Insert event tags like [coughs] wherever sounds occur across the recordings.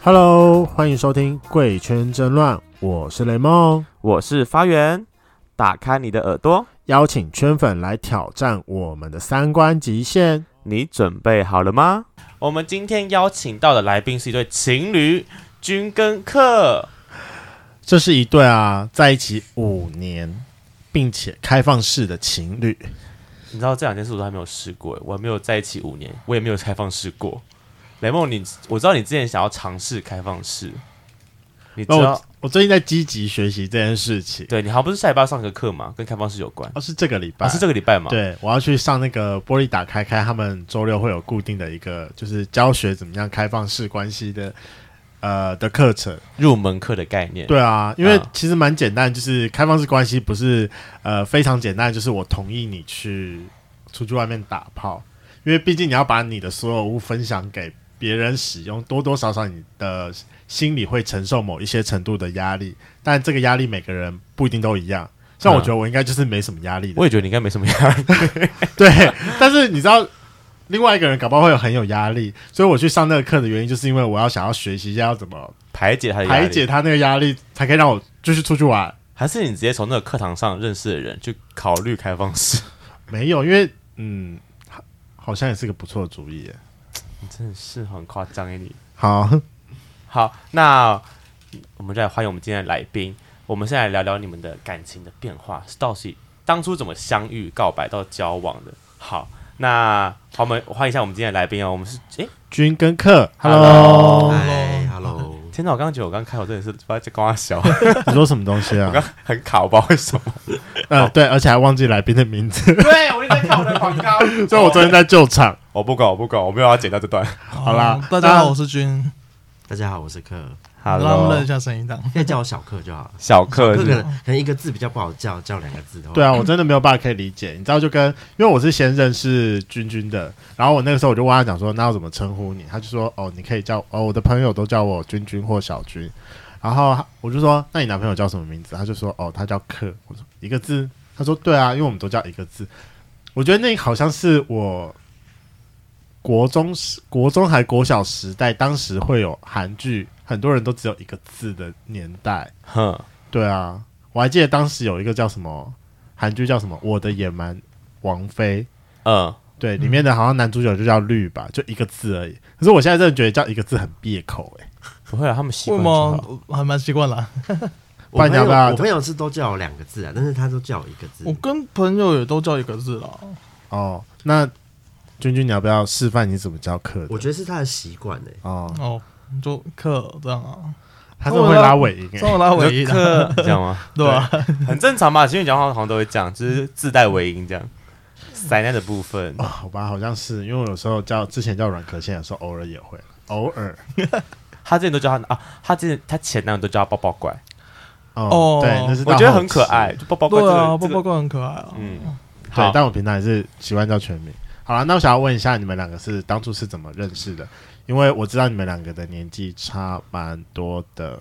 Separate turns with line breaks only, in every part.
Hello，欢迎收听《贵圈争乱》，我是雷梦，
我是发源，打开你的耳朵，
邀请圈粉来挑战我们的三观极限。
你准备好了吗？我们今天邀请到的来宾是一对情侣，君跟克。
这是一对啊，在一起五年，并且开放式的情侣。
你知道这两件事我都还没有试过，我还没有在一起五年，我也没有开放式过。雷梦，你我知道你之前想要尝试开放式，你知
那
道？
我我最近在积极学习这件事情，
对你好像不是下礼拜要上个课吗？跟开放式有关，
哦，是这个礼拜，
啊、是这个礼拜吗？
对，我要去上那个玻璃打开开，他们周六会有固定的一个，就是教学怎么样开放式关系的，呃的课程。
入门课的概念。
对啊，因为
嗯
其实蛮简单，就是开放式关系不是呃非常简单，就是我同意你去出去外面打炮，因为毕竟你要把你的所有物分享给别人使用，多多少少你的心里会承受某一些程度的压力，但这个压力每个人不一定都一样。像我
嗯
觉得我应该就是没什么压力的，
我也觉得你应该没什么压力。
对，但是你知道，另外一个人搞不好会有很有压力，所以我去上那个课的原因，就是因为我要想要学习一下要怎么
排解他的压力
排解他那个压力，才可以让我继续出去玩。
还是你直接从那个课堂上认识的人去考虑开放式？
没有，因为嗯，好好像也是个不错的主意耶。
你真的是很夸张哎你。
好，
好，那我们再来欢迎我们今天的来宾。我们现在来聊聊你们的感情的变化，是到底当初怎么相遇、告白到交往的？好，那好，我们欢迎一下我们今天的来宾哦。我们是诶，
君跟克
Hello
，Hello，
嗨，Hello，
天哪！我刚刚觉得我刚开口真的是不知道在跟他 [laughs] 小，
你说什么东西啊？
很卡，我不知道为什么。
呃，对，而且还忘记来宾的名字，
对，我一直在看我的广 [laughs] 告，
[laughs] 所以我昨天在救场。
我不管，我不管，我没有要剪掉这段。
好啦
哦大家
那
好，我是君，
大家好，我是克，
好
让我们认
了
一，下声音档。
可以叫我小克就好了。
小克
克可
是
能可能一个字比较不好叫，叫两个字的话，
对啊，我真的没有办法可以理解，你知道，就跟因为我是先认识君君的，然后我那个时候我就问他讲说，那要怎么称呼你？他就说，哦，你可以叫哦，我的朋友都叫我君君或小君。然后他我就说，那你男朋友叫什么名字？他就说，哦，他叫克。我说一个字。他说，对啊，因为我们都叫一个字。我觉得那好像是我国中时、国中还国小时代，当时会有韩剧，很多人都只有一个字的年代。
哼。
对啊，我还记得当时有一个叫什么韩剧叫什么《我的野蛮王妃》，
嗯，
对，里面的好像男主角就叫绿吧，就一个字而已。可是我现在真的觉得叫一个字很别口哎、
不会啊，他们习
为
惯就好。
什么我还蛮习惯啦？
我朋
不然你要
友
不要
我朋友是都叫我两个字啊，但是他都叫我一个字
我。跟朋友也都叫一个字啦。
哦，那君君你要不要示范你怎么教课的？
我觉得是他的习惯欸诶，
哦，
哦，就克这样啊，
他是会拉尾音哎、
算我拉尾音欸
[laughs]
啦，
克这样吗？
[laughs] 对啊吧？
[laughs]
很正常吧，情侣讲话好像都会这样，就是自带尾音这样。塞奶的部分
哦，，好吧，好像是因为我有时候叫之前叫软壳线的时候，偶尔也会，偶尔
他之前都叫他啊，他之前他前男友都叫他抱抱怪，
哦，
哦
对，那是到
我觉得
后
很可
期
爱，就抱抱怪这
对
个。
啊，
这
波
个
波怪很可爱啊。
嗯，
对
好，，
但我平常还是习惯叫全名。好了，那我想要问一下，你们两个是当初是怎么认识的？因为我知道你们两个的年纪差蛮多的。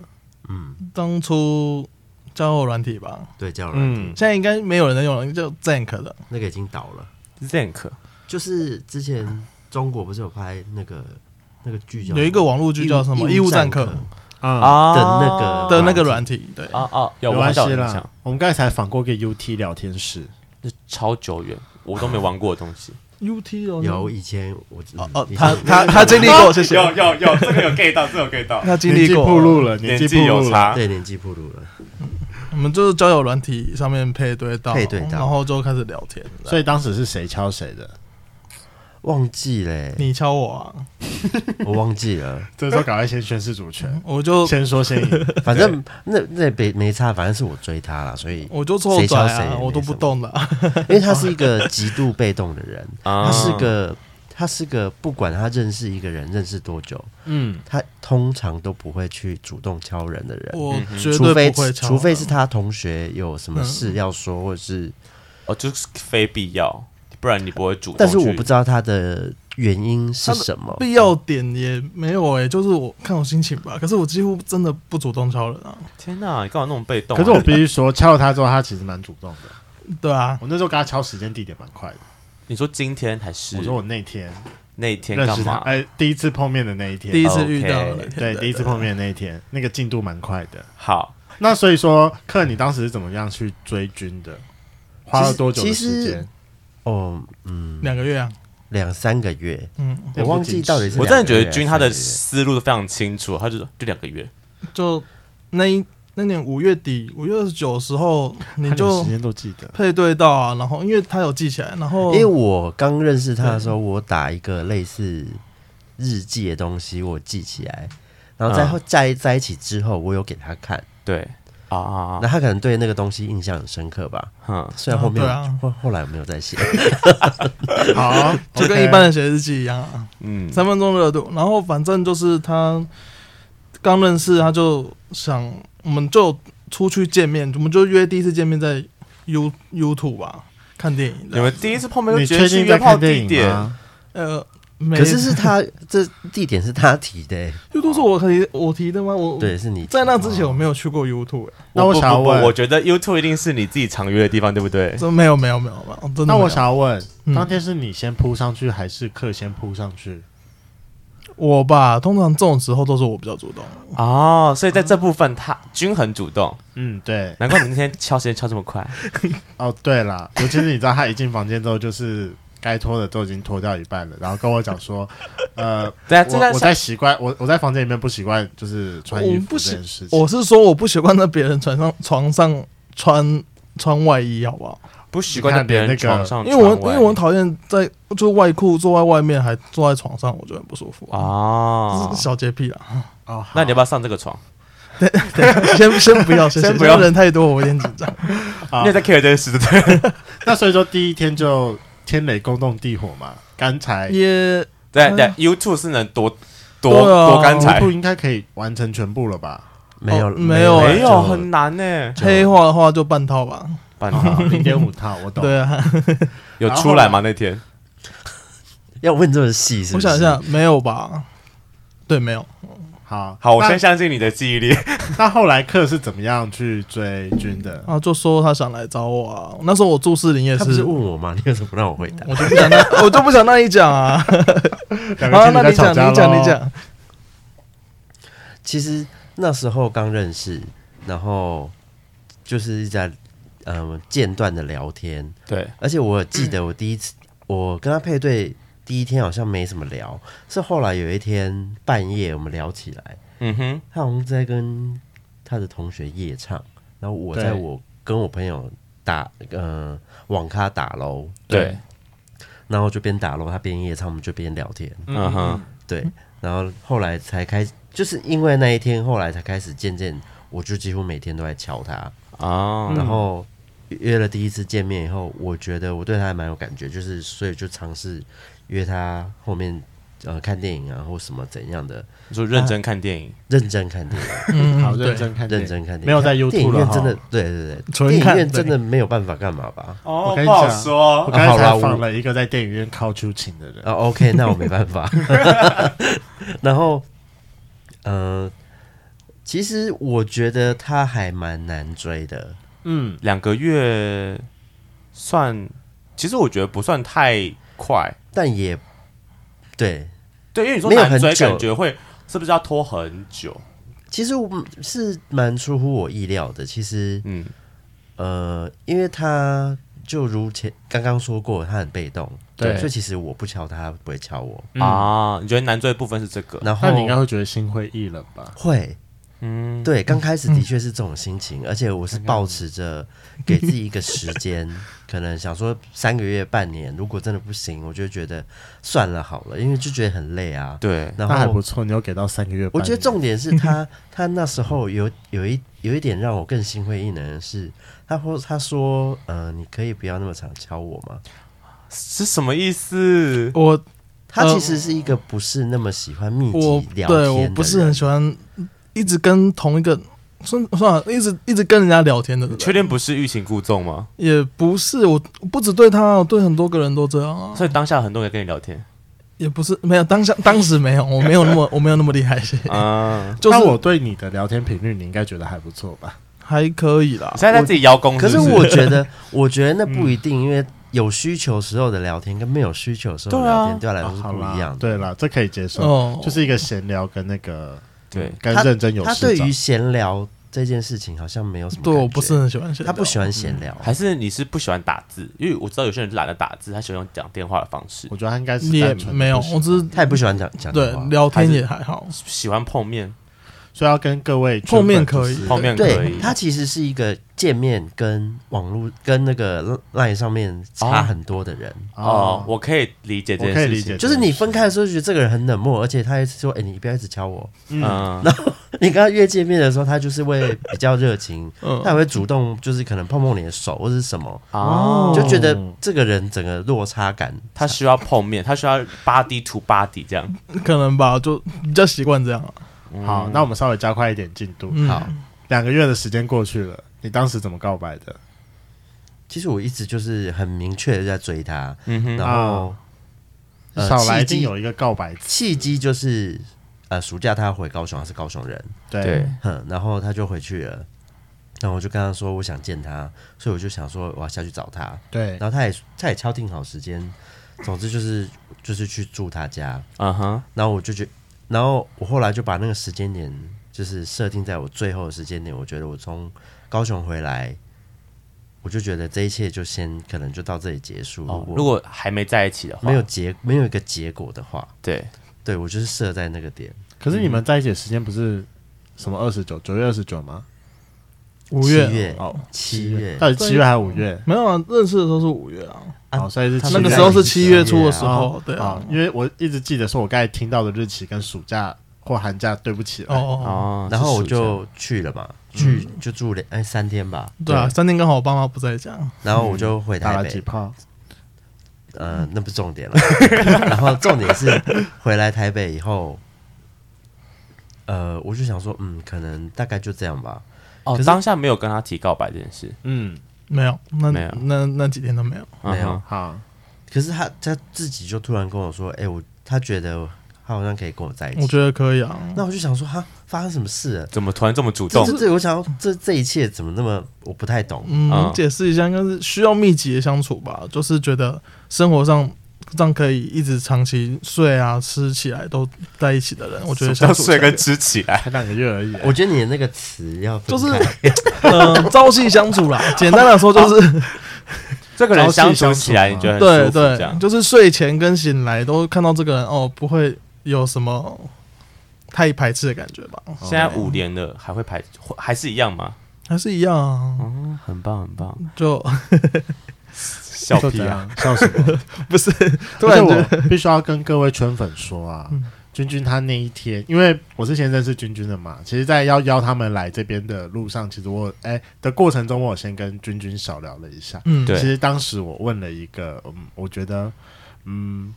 嗯，
当初交友软体吧，
对，叫了
嗯，
现在应该没有人能用了，叫 Zank 的。
那个已经倒了。
是 Zank
就是之前中国不是有拍那个那个剧叫
有一个网络剧叫什么
义
义务
战
战客哦
啊，
啊
的那个
的那个软体，对，
啊啊，有
没
我
关
还
系
有印
啦
象，。
我们刚才才访过一个 UT 聊天室，
就超久远，我都没玩过的东
[laughs]
西。
UT 哦
有以前我
哦哦，
以前
他他他经历过，谢谢，
有有，这个有 get 到，这个有 get
[laughs]
到，
他经
年
历
纪
过，
暴露了，年纪暴露了。
差
对年纪暴露了，
我们就是交友软体上面配对到，
配对到
然后就开始聊天。
所以当时是谁敲谁的？
忘记嘞，
你敲我啊，
我忘记了，
这时候赶快先宣示主权，
我就
先说先赢。
反正那那没没差，反正是我追他了，所以
我就臭
谁敲
拽
谁也没
啊，我都不动了。
因为他是一个极度被动的
[laughs]
人，
啊
他是个他是个不管他认识一个人认识多久，
嗯，
他通常都不会去主动敲人的人，
我
嗯
绝
除
对
非
不会敲的，嗯
除非是他同学有什么事要说，或者是，
哦，就是非必要，不然你不会主动去。
但是我不知道他的原因是什么。
必要点也没有哎、就是我看我心情吧。可是我几乎真的不主动敲人啊，
天哪，你干嘛那么被动啊？
可是我必须说，敲了他之后，他其实蛮主动的。
对啊，
我那时候跟他敲时间地点蛮快的。
你说今天还是
我说我那天，
那一天
认
干
识他，
嘛？
哎，第一次碰面的那一天，
第一次遇到
OK
[laughs] 了，
[laughs] 对，第一次碰面的那一天，那个进度蛮快的。
好，
那所以说，克，你当时是怎么样去追军的？花了多久的
其实
时间？
哦，嗯，
两个月啊，
两三个月，
嗯，
也
我
不
忘
仅
记到底
是
是
我真的
两个
觉
月
得君他的
还是
思路都非常清楚，他就说就两个月，
就那一那年五月底，五月二十九时候，你
他连
就
时间都记
[laughs]
得。
配对到啊，然后因为他有记起来，然后
因为我刚认识他的时候，我打一个类似日记的东西，我记起来，然
啊
后在后在在一起之后，我有给他看，
对啊啊
那
啊，
他可能对那个东西印象很深刻吧。
哼，
虽然后面
啊对啊
后后来我没有再
[laughs]
写，
好，
就跟
OK
一般的写日记一样啊，
嗯，
三分钟热度。然后反正就是他刚认识，他就想，我们就出去见面，我们就约第一次见面在 U U Two 吧，看电影
你
的。
们第一次碰面
你
就觉
确
得是
定
约
在
炮
看电
地
影
点，
吗？
呃，没
可是是他这地点是他提的、欸，
U Two 是我提我提的吗？我
对，哦是你提
在那哦之前我没有去过 U Two，哎，
那我
不
想要
不不
问
我觉得 YouTube 一定是你自己常约的地方，对不对？
真没有没有没有没有，真的没
那
有。
我想要问，
嗯
当天是你先扑上去，还是克先扑上去？
我吧，通常这种时候都是我比较主动。
哦，所以在这部分他均衡主动，
嗯，对，
难怪你那天敲时间敲这么快。
哦，对了，尤其是你知道他一进房间之后，就是该脱的都已经脱掉一半了，然后跟我讲说，呃，
对啊，这
我
段
我在习惯我我在房间里面不习惯就是穿衣
我
服
不
这
习
件事情，
我是说我不习惯在别人床上床上穿穿外衣，好不好？
不习惯在别人
你看连那
床
个
上
因
传
为
外，
我因为我很讨厌在就是外裤坐在外面还坐在床上，我觉得很不舒服啊。
哦
这是，小洁癖啊， [laughs]
哦，好
那你要不要上这个床？
对，先 [laughs] 先不要，谢谢
先不要
因为人太多，我有点紧张。
好
你也在 care 这件事，对不对？
[laughs] 那所以说第一天就天雷勾动地火嘛，干柴哦
也
对对，YouTube 是能多多
对啊
多干
我
柴
不，应该可以完成全部了吧？
没有、啊
哦没有
没有
就
很难呢。
黑化的话就半套吧。
办法
[laughs] 零点五套，我懂。
对啊， [laughs]
有出来吗？那天
要问这么细是
我
不是？
想一下，没有吧？对，没有。
好，
好，我
那
先相信你的记忆力。
那后来克是怎么样去追军
[laughs]
的？
啊，就说他想来找我啊。那时候我住士林夜
他不是
市，
问
我
我吗？你为什么不让我回答？
就不想那 [laughs] 我就不想那你讲啊。
两个
好，啊
情侣
那
在
你
吵
讲，
架
你讲，
咯
你。讲。
其实那时候刚认识，然后就是一直在嗯间断的聊天，
[laughs] 对，
而且我记
嗯
得我第一次我跟他配对第一天好像没什么聊，是后来有一天半夜我们聊起来，
嗯哼，
他好像在跟他的同学夜唱，然后我
对
在我跟我朋友打呃网咖打喽，
对，
然后就边打喽，他边夜唱，我们就边聊天，
嗯哼，
对，然后后来才开始，就是因为那一天后来才开始渐渐，我就几乎每天都在敲他，
哦，
然后约了第一次见面以后，我觉得我对他还蛮有感觉，就是所以就尝试约他后面呃看电影啊或什么怎样的，
你说认真看电影，
认真看电影。
嗯，
好，
对
认真看电影，
认真看电影，
没有在
看
YouTube
电影院
了
真的
哈，
对对对，
纯
电
看
影院真
对
的没有办法干嘛吧？ [laughs]
哦
我跟你
不好
讲
说
我。刚才
好啦
才
我
放了一个在电影院靠秋情的人。
啊，OK，那我没办 [laughs] 法。然后，嗯、其实我觉得他还蛮难追的，
嗯，
两个月算，其实我觉得不算太快，
但也对，
对，因为你说
没有
难
很
追，
久
感觉会是不是要拖很久？
其实我是蛮出乎我意料的。其实，
嗯，
呃，因为他就如前刚刚说过，他很被动，
对
所以其实我不敲他，他不会敲我。
啊，
啊，你觉得难追的部分是这个？
然
那你应该
后
会觉得心灰意冷吧？
会，
嗯，
对，刚开始的确是这种心
嗯
情，而且我是保持着给自己一个时间， [laughs] 可能想说三个月、半年，如果真的不行，我就觉得算了好了，因为就觉得很累啊。
对，
然
那还不
后
错，你有给到三个月半年。
我觉得重点是他， [laughs] 他那时候有有一有一点让我更心灰意冷的是，他说他说，呃，你可以不要那么常敲我吗？
是什么意思？
我
他
呃
其实是一个不是那么喜欢密
我
集聊天的
对
人，
我不是很喜欢一直跟同一个算算了，一直一直跟人家聊天的人，
确定不是欲擒故纵吗？
也不是我不只对他，我对很多个人都这样啊，
所以当下很多人跟你聊天
也不是没有当下当时没有，我没有那么我没有那么厉害，谢谢
啊，
[laughs] 就是
那我对你的聊天频率，你应该觉得还不错吧？
还可以啦
你，现在在自己邀功
可
是不是，
是
[laughs] 嗯
我觉得，我觉得那不一定，因为有需求时候的聊天跟没有需求时候
啊
的聊天，对我来说是
好
不一
啦
样，的。
对啦，这可以接受，
哦，
就是一个闲聊跟那个嗯
对，
跟认真有
他
事
对
找
于。闲聊这件事情好像没有什么
对
感觉
我不是很嗯喜欢写，
他不喜欢闲聊，
还是你是不喜欢打字？因为我知道有些人是懒得打字，他喜欢用讲电话的方式，
我觉得他应该是
你也
单纯的
没有，
不喜
我只是
他也不喜欢讲讲
对
电话。
聊
还
天
是
也还好，
喜欢碰面，
所以要跟各位
碰面
圈粉
可以
就是
碰面可以
对，。他其实是一个见面跟网络跟那个 line 上面
啊
差很多的人，
哦，我可以理解这件
我可以
事
理
情
解，
就是你分开的时候就觉得这个人很冷漠，而且他一直说：“哎、你不要一直敲我。”
嗯，
[laughs] 你跟他约见面的时候，他就是会比较热情，
嗯
他也会主动就是可能碰碰你的手或是什么，
哦，
就觉得这个人整个落差感。
他需要碰面，他需要 body to body 这样。
可能吧，就比较习惯这样啊。
好，那我们稍微加快一点进度。
嗯
好，
两个月的时间过去了，你当时怎么告白的？
其实我一直就是很明确的在追他，
嗯哼，
然后、呃
少来一
契
定
机
有一个告白词，
契机就是呃暑假他回高雄，他是高雄人，
对，
哼，然后他就回去了。然后我就跟他说我想见他，所以我就想说我要下去找他。
对，
然后他也他也敲定好时间，总之就是就是去住他家。
嗯哼，
然后我就觉，然后我后来就把那个时间点就是设定在我最后的时间点。我觉得我从高雄回来，我就觉得这一切就先可能就到这里结束。
哦，
如
如
果
果还没在一起的话，
没有结没有一个结果的话，
对，
对我就是设在那个点，
可是你们在一起的时间不是什么二十九，九月二十九吗？
五
七
月
月
哦，
七月
到底七月还是五月？
没有啊，认识的时候是五月啊，
啊
哦，所以是
他
七
那
们
个
月
时候
在一
是
起
七月初的
啊
时候，对啊
哦，，因为我一直记得是我刚才听到的日期跟暑假或寒假对不起
哦
了。
哦，哦
哦，
然后我
是暑假
就去了嘛，去就住了哎三天吧，
对啊，三天刚好我爸妈不在家，
然后我就回
打
台
嗯了几
北，
炮，
呃，那不是重点了。 [laughs] 然后重点是回来台北以后，呃，我就想说，嗯，可能大概就这样吧。
哦
可是，
当下没有跟他提告白这件事，
嗯，
没有，那
没有
那那几天都没有，
没有
嗯哼
好，
可是他他自己就突然跟我说，哎、我他觉得他好像可以跟我在一起。
我觉得可以啊，
那我就想说，哈，发生什么事了？
怎么突然这么主
这
动？
这这，我想要这这一切怎么那么我不太懂？
嗯
嗯，
解释一下，应该是需要密集的相处吧，就是觉得生活上这样可以一直长期睡啊、吃起来都在一起的人，我觉得相
要
处起来
睡跟吃起来，
才
[laughs]
两个月而已。
啊
[laughs]
我觉得你的那个词要分
就是 [laughs]
开
嗯朝夕相处
[laughs]
啦。简单的说就是，
这个人
朝
相
夕
处
相
起
处
来
嘛
你觉得很舒
对
服，这
对，
样
就是睡前跟醒来都看到这个人哦，不会有什么太排斥的感觉吧？
现在五年了，还会排，会还是一样吗？
还是一样啊，
哦，很棒，很棒，
就
笑
就
屁
这
啊！
样，笑什么？
[laughs] 不是突
而且
然觉得
我必须要跟各位圈粉说啊，君君他那一天，因为我之前认识君君的嘛，其实，在要邀他们来这边的路上，其实我哎、的过程中，我有先跟君君小聊了一下。
嗯，
对
其实当时我问了一个，嗯，我觉得，嗯，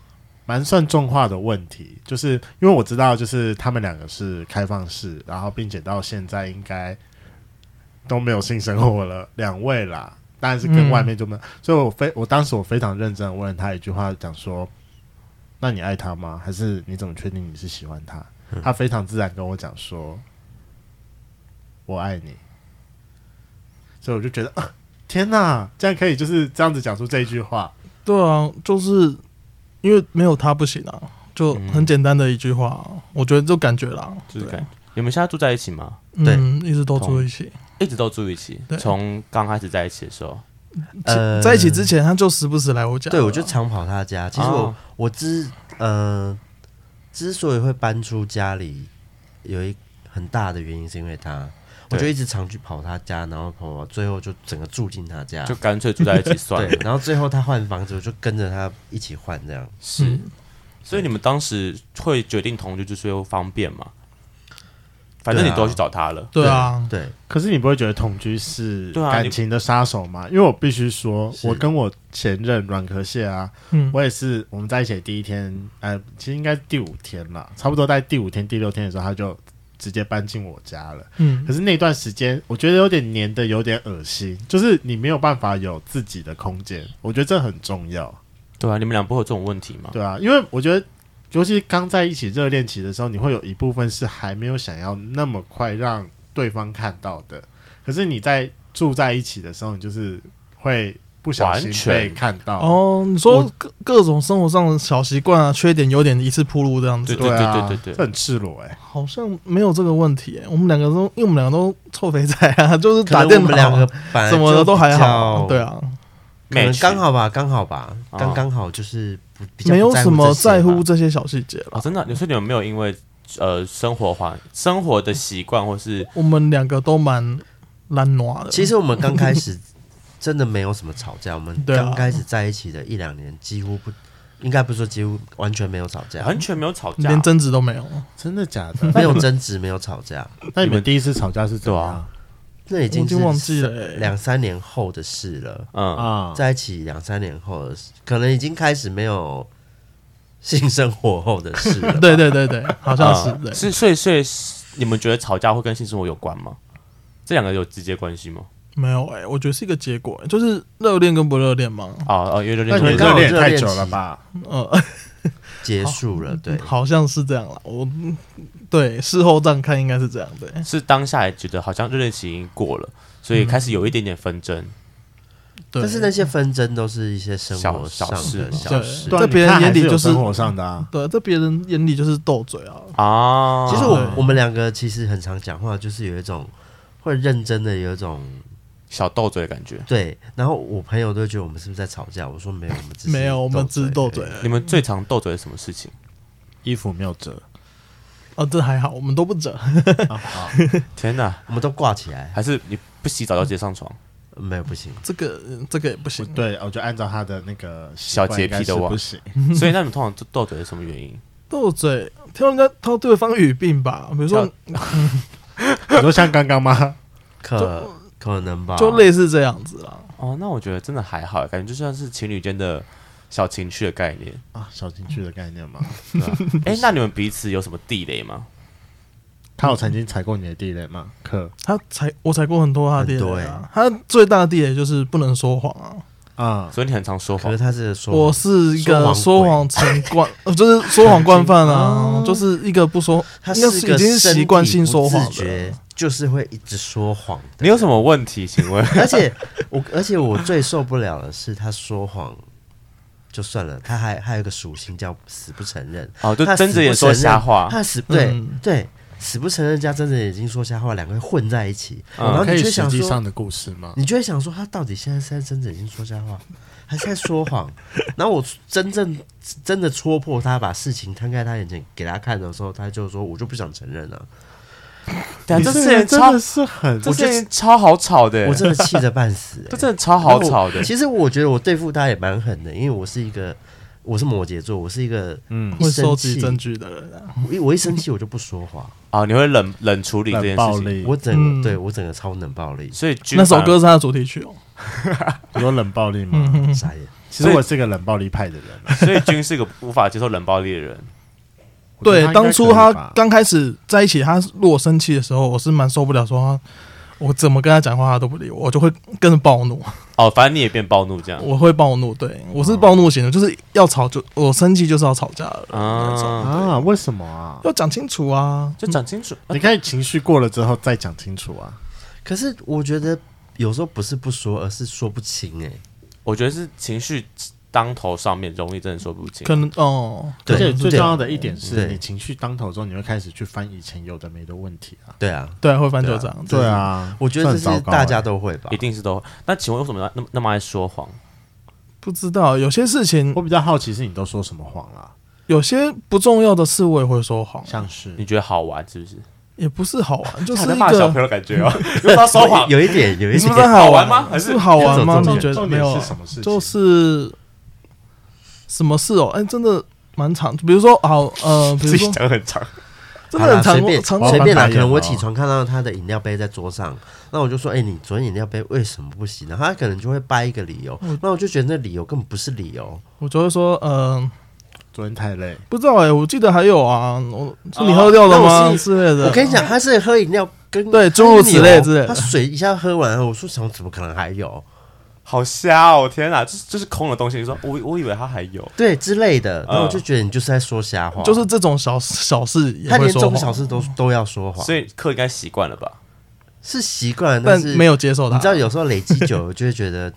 蛮算重话的问题，就是因为我知道，就是他们两个是开放式，然后并且到现在应该都没有性生活了，两位啦，当然是跟
嗯
外面就没有，所以我非我当时我非常认真地问了他一句话，讲说，那你爱他吗？还是你怎么确定你是喜欢他？他非常自然跟我讲说，我爱你，所以我就觉得。啊天呐，这样可以就是这样子讲出这一句话，
对啊，就是因为没有他不行啊，就很简单的一句话啊、我觉得就感觉啦，
嗯就是感觉你们现在住在一起吗？
对
嗯，一直都住一起。
一直都住一起
对，
从刚开始在一起的时候，
呃
其在一起之前，他就时不时来我家。嗯
对，我就常跑他家。其实我、
哦
我之呃之所以会搬出家里，有一很大的原因是因为他，我
对
就一直常去跑他家，然后跑跑，最后就整个住进他家
就。干脆住在一起算
啊对
了，。
然后最后他换房子，我就跟着他一起换这样。
是，
嗯
所以你们当时会决定同居，就是又方便嘛？反正你
对啊
都要去找他了，
对啊，
对，
可是你不会觉得同居是
对啊
感
你
情的杀手吗？因为我必须说，
是
我跟我前任软壳蟹啊，
嗯，
我也是我们在一起的第一天，呃，其实应该是第五天了，差不多在第五天、第六天的时候，他就直接搬进我家了。
嗯
可是那段时间，我觉得有点黏的，有点恶心，就是你没有办法有自己的空间，我觉得这很重要。
对啊，你们俩不会有这种问题吗？
对啊，因为我觉得，尤其刚在一起热恋期的时候，你会有一部分是还没有想要那么快让对方看到的。可是你在住在一起的时候，你就是会不小心
完
被
全
看到。
哦，你说各各种生活上的小习惯啊、缺点、优点一次铺路这样子，
对啊，
对对对对
这很赤裸哎、
好像没有这个问题、欸。我们两个都，因为我们两个都臭肥仔啊， [laughs] 就是
可
打
能
电
我
脑
们两个本来
什么
就
的都
比
还好
较
啊，对，啊，
可能
Match
刚好吧，刚好吧，
哦
刚刚好就是不比较
没有
不
什么
在
在
乎这些吧啊
乎这些小细节了
哦，。真的，你说你们没有因为呃生活环生活的习惯或是
我们两个都蛮懒惰的，
其实我们刚开始真的没有什么吵架，我们
对啊
刚开始在一起的一两年几乎不，应该不是说几乎完全没有吵架，
完全没有吵架，
连争执都没有。
真的假 [laughs] 的？
没有争执，没有吵架，
那你们第一次吵架是怎
对
样
啊
那已经
我已
是
经忘记了欸。
两三年后的事了，
嗯，
啊？
在一起两三年后的事，可能已经开始没有性生活后的事了
[laughs] 对对对对，好像
啊
是
嗯
对。
是所以所以你们觉得吵架会跟性生活有关吗？这两个有直接关系吗？
没有哎、我觉得是一个结果欸、就是热恋跟不热恋嘛。
哦哦，因为
那你们
刚
热
好
恋也
热
太
恋
久
期
了吧？
呃，
结束了，对，
[laughs] 好像是这样啦。我对事后这样看应该是这样的、
是当下也觉得好像热恋期已经过了，所以开始有一点点纷争。
对，
但是那些纷争都是一些生活
小
上
小事
的
嘛
小事
对。啊
在别人
你看还
眼里
有
就是
生活上的啊。
对，在别人眼里就是斗嘴啊。
啊，
其实
对
我我们两个其实很常讲话，就是有一种会认真的有一种
小斗嘴的感觉。
对，然后我朋友都觉得我们是不是在吵架？我说没有，我们只是
没有，我们只是斗嘴
而已。
而已
你们最常斗嘴的什么事情？
衣服没有折，
哦，这还好，我们都不整。
啊好
天哪，
我们都挂起来，
还是你不洗澡就直接上 [laughs] 床？
没有不行。
[laughs] 这个嗯这个也不行。
对，我就按照他的那个习
小
惯
洁
应该
癖的
是
我
不行。
所以那你们通常斗斗嘴是什么原因？
斗嘴挑人家挑对方语病吧，比如说
你说像刚刚吗？
可可能吧，
就类似这样子啦。
哦，那我觉得真的还好，欸感觉就像是情侣间的小情趣的概念。
啊，小情趣的概念吗？
对啊 [laughs] 哎、那你们彼此有什么地雷吗？
[laughs] 他有曾经踩过你的地雷吗？可
他踩我踩过很多他的地
很多
雷
欸
啊，他最大的地雷就是不能说谎啊。
啊，
所以你很常说
可
谎
是，他是说
我是一个说谎成惯， [laughs] 呃就是说谎惯犯啊，就是一个不说，
他
应该
是
是
一个
已经习惯性说
身体
谎
不自觉
了。
就是会一直说谎的。
你有什么问题？请 [laughs] 问
而且我，而且我最受不了的是他说谎就算了，他还还有一个属性叫死不承认，
哦，就
他死
睁
不
着眼说
承认
瞎话，
他死对、
嗯
对死不承认加睁着眼睛说瞎话，两个人混在一起，
嗯
然后
啊可以
你就
实
会想
际
说，
上的故事吗？
你就会想说他到底现在是在睁着眼睛说瞎话，还是在说谎？然后我真正真的戳破他，把事情摊开他眼前给他看的时候，他就说我就不想承认了、
但
你
啊
个
这事情
人真
超
的，是很，
这事情超好吵的、欸
我真的气得半死、
[laughs]
欸
这真的超好吵的
我。其实我觉得我对付他也蛮狠的，因为我是一个我是摩羯座，我是一个
嗯，
会
一
收
生
集
气，
证据的人啊，
我一我一生气我就不说话，
哦，你会冷冷处理这
冷
件
暴
事情，
力，
我整个、
嗯
对我整个超冷暴力，
所以君
那首
反而
歌是他的主题曲哦。嗯
你说冷暴 [laughs] 力吗？
傻眼。
其实我是个冷暴力派的人啊，
所以君是个无法接受冷暴力的人。
我觉得
对，当初
他应该可
他
以吧
刚开始在一起，他如果生气的时候，我是蛮受不了，说他我怎么跟他讲话他都不理我，我就会跟着暴怒，
哦，反正你也变暴怒这样。
我会暴怒，对我是暴怒型的，就是要吵就我生气就是要吵架的人那种，
啊，
啊，为什么啊？
要讲清楚啊，
就讲
[laughs]
清楚。
你可以情绪过了之后再讲清楚啊。
可是我觉得有时候不是不说，而是说不清哎、
我觉得是情绪当头上面容易真的说不清。
可能哦，
而且
对
最重要的一点是
对
你情绪当头之后，你会开始去翻以前有的没的问题啊。
对啊，
对，会翻旧账，
对
对啊，
我觉得这
很糟
是
糕
大
欸
家都会吧
一。定是都。那请问为什么要那么那么爱说谎？
不知道有些事情
我，比较好奇是你都说什么谎啦，
有些不重要的事我也会说谎，
像是
你觉得好玩是不是？
也不是好玩，就是
他在
一
骂小
个
朋友感
[laughs]
觉哦，因为他说谎。
[laughs] 有一点，有一
是
点
不，是好
好玩吗还是
是好玩吗？
这种
你觉得
重
没
点
有啊
是？什么事情？
就是什么事哦？哎，真的蛮长，比如说好呃，比
自
如
己
说
讲很长，
真的很
好啦
长
随便
长
我
随便啦。
翻白眼
可能我
了
起床看到他的饮料杯在桌上，那我就说：“哎、你昨天饮料杯为什么不洗呢？”他可能就会掰一个理由，
嗯
那我就觉得那理由根本不是理由。
我就会说，嗯，
昨天太累，
不知道哎，我记得还有啊，我是你喝掉了
那我
吗
是
之类的。
我跟你讲，他是喝饮料跟
啊对诸如此类之类的
他水一下喝完，我说想怎么可能还有？
好瞎哦！天哪，就是就是空的东西。你说我我以为他还有，
对之类的，然后我就
嗯
觉得你就是在说瞎话，
就是这种小小事也
他
会
连这
说
种小
谎，
事都都要说谎，
所以课应该习惯了吧？
是习惯，
但
是
没有接受
[laughs]
他。
你知道有时候累积久了，就会觉得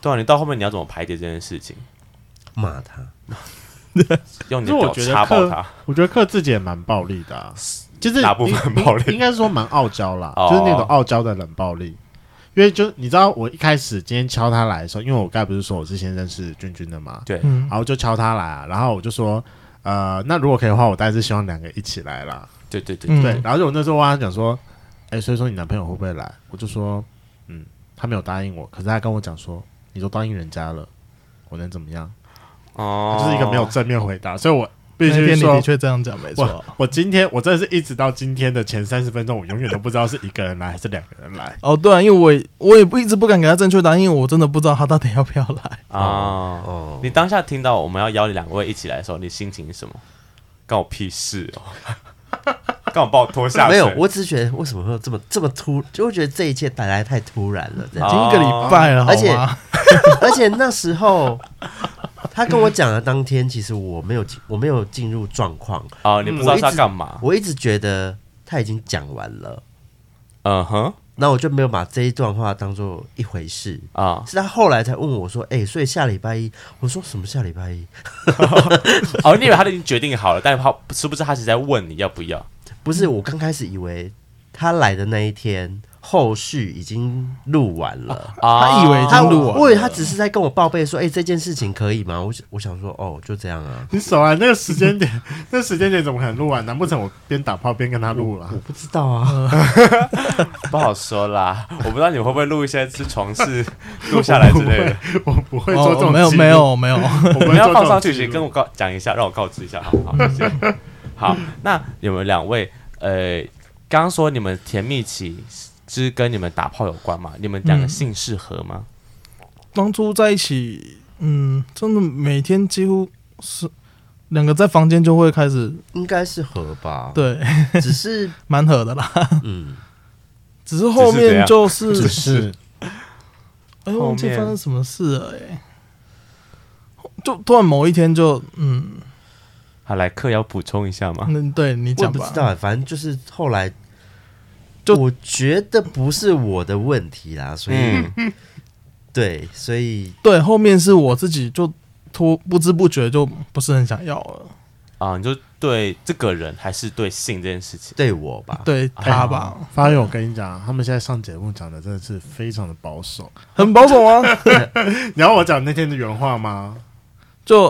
对啊，你到后面你要怎么排解这件事情？
骂他，
用你的
可是我
脚
觉得
插爆
克
他，
我觉得克自己也蛮暴力的、啊，就是
哪部分暴力
应应该是说蛮傲娇啦，
哦
就是那种傲娇的冷暴力。因为就你知道，我一开始今天敲他来的时候，因为我刚才不是说我是先认识君君的嘛，
对，
嗯
然后就敲他来、啊，然后我就说，呃，那如果可以的话，我当然是希望两个一起来啦。
对对对
嗯
对，然后就我那时候我跟他讲说，哎、所以说你男朋友会不会来？我就说，嗯，他没有答应我，可是他跟我讲说，你都答应人家了，我能怎么样？
哦
他，就是一个没有正面回答，所以我必
那
须
天你
说
的，确这样讲没错
我。我今天我真的是一直到今天的前三十分钟，我永远都不知道是一个人来还是两个人来。
哦，对啊，因为我也我也不一直不敢给他正确答案，因为我真的不知道他到底要不要来。
啊。
哦，
你当下听到我们要邀你两位一起来的时候，你心情是什么？干我屁事哦！ [laughs] 干我把我拖下水
没有，我只是觉得为什么会有这么这么突，就会觉得这一切本来太突然了，这样。
已
哦
经一个礼拜了，好
而且
吗？
[laughs] 而且那时候他跟我讲的当天，其实我没有进我没有进入状况，
哦，你不知道是要干嘛？
我一直觉得他已经讲完了，
嗯哼
那我就没有把这一段话当做一回事。
啊，
是他后来才问我说：“哎、所以下礼拜一？”我说：“什么下礼拜一？
哦，你以为他都已经决定好了，但他是不是他只是在问你要不要？
不是，我刚开始以为他来的那一天，后续已经录完了。
啊
他以为已
他
经录完了
我以为他只是在跟我报备说：‘哎、这件事情可以吗？’我我想说：‘哦，就这样啊。
你手啊，那个时间点，那时间点怎么可能录完？难不成我边打炮边跟他录了’？ [laughs]
不知道啊，
不好说啦，我不知道你会不会录一些是床事录下来之类的，
我不会做这
哦，
种
没有
记录
没，有没有，
我 [laughs]
[laughs]
我
不
们
会
要
做
放
这种
上去，
记
请跟
录。
我告讲一下，让我告知一下，好不好？谢谢。好，那你们两位，呃，刚刚说你们甜蜜期是跟你们打炮有关嘛？你们两个
嗯
性适合吗？
当初在一起，嗯，真的每天几乎是两个在房间就会开始，
应该是合吧。，
对， [laughs]
只是
蛮合的啦。
嗯，
只是后面就是，
只是
[laughs] 哎，
后
忘记
面
发生什么事了、哎，就突然某一天就，嗯，
好，来客要补充一下吗？
那对你
我也
讲
不
吧
知，道、啊反正就是后来，
就
我觉得不是我的问题啦，所以、
嗯，
对，所以
对，后面是我自己就突不知不觉就不是很想要了，
啊，你就对这个人还是对性这件事情？
对我
啊
吧，
对他
哎
吧，
发源，我跟你讲，他们现在上节目讲的真的是非常的保守。
很保守啊，
[laughs]
你要我讲那天的原话吗？
就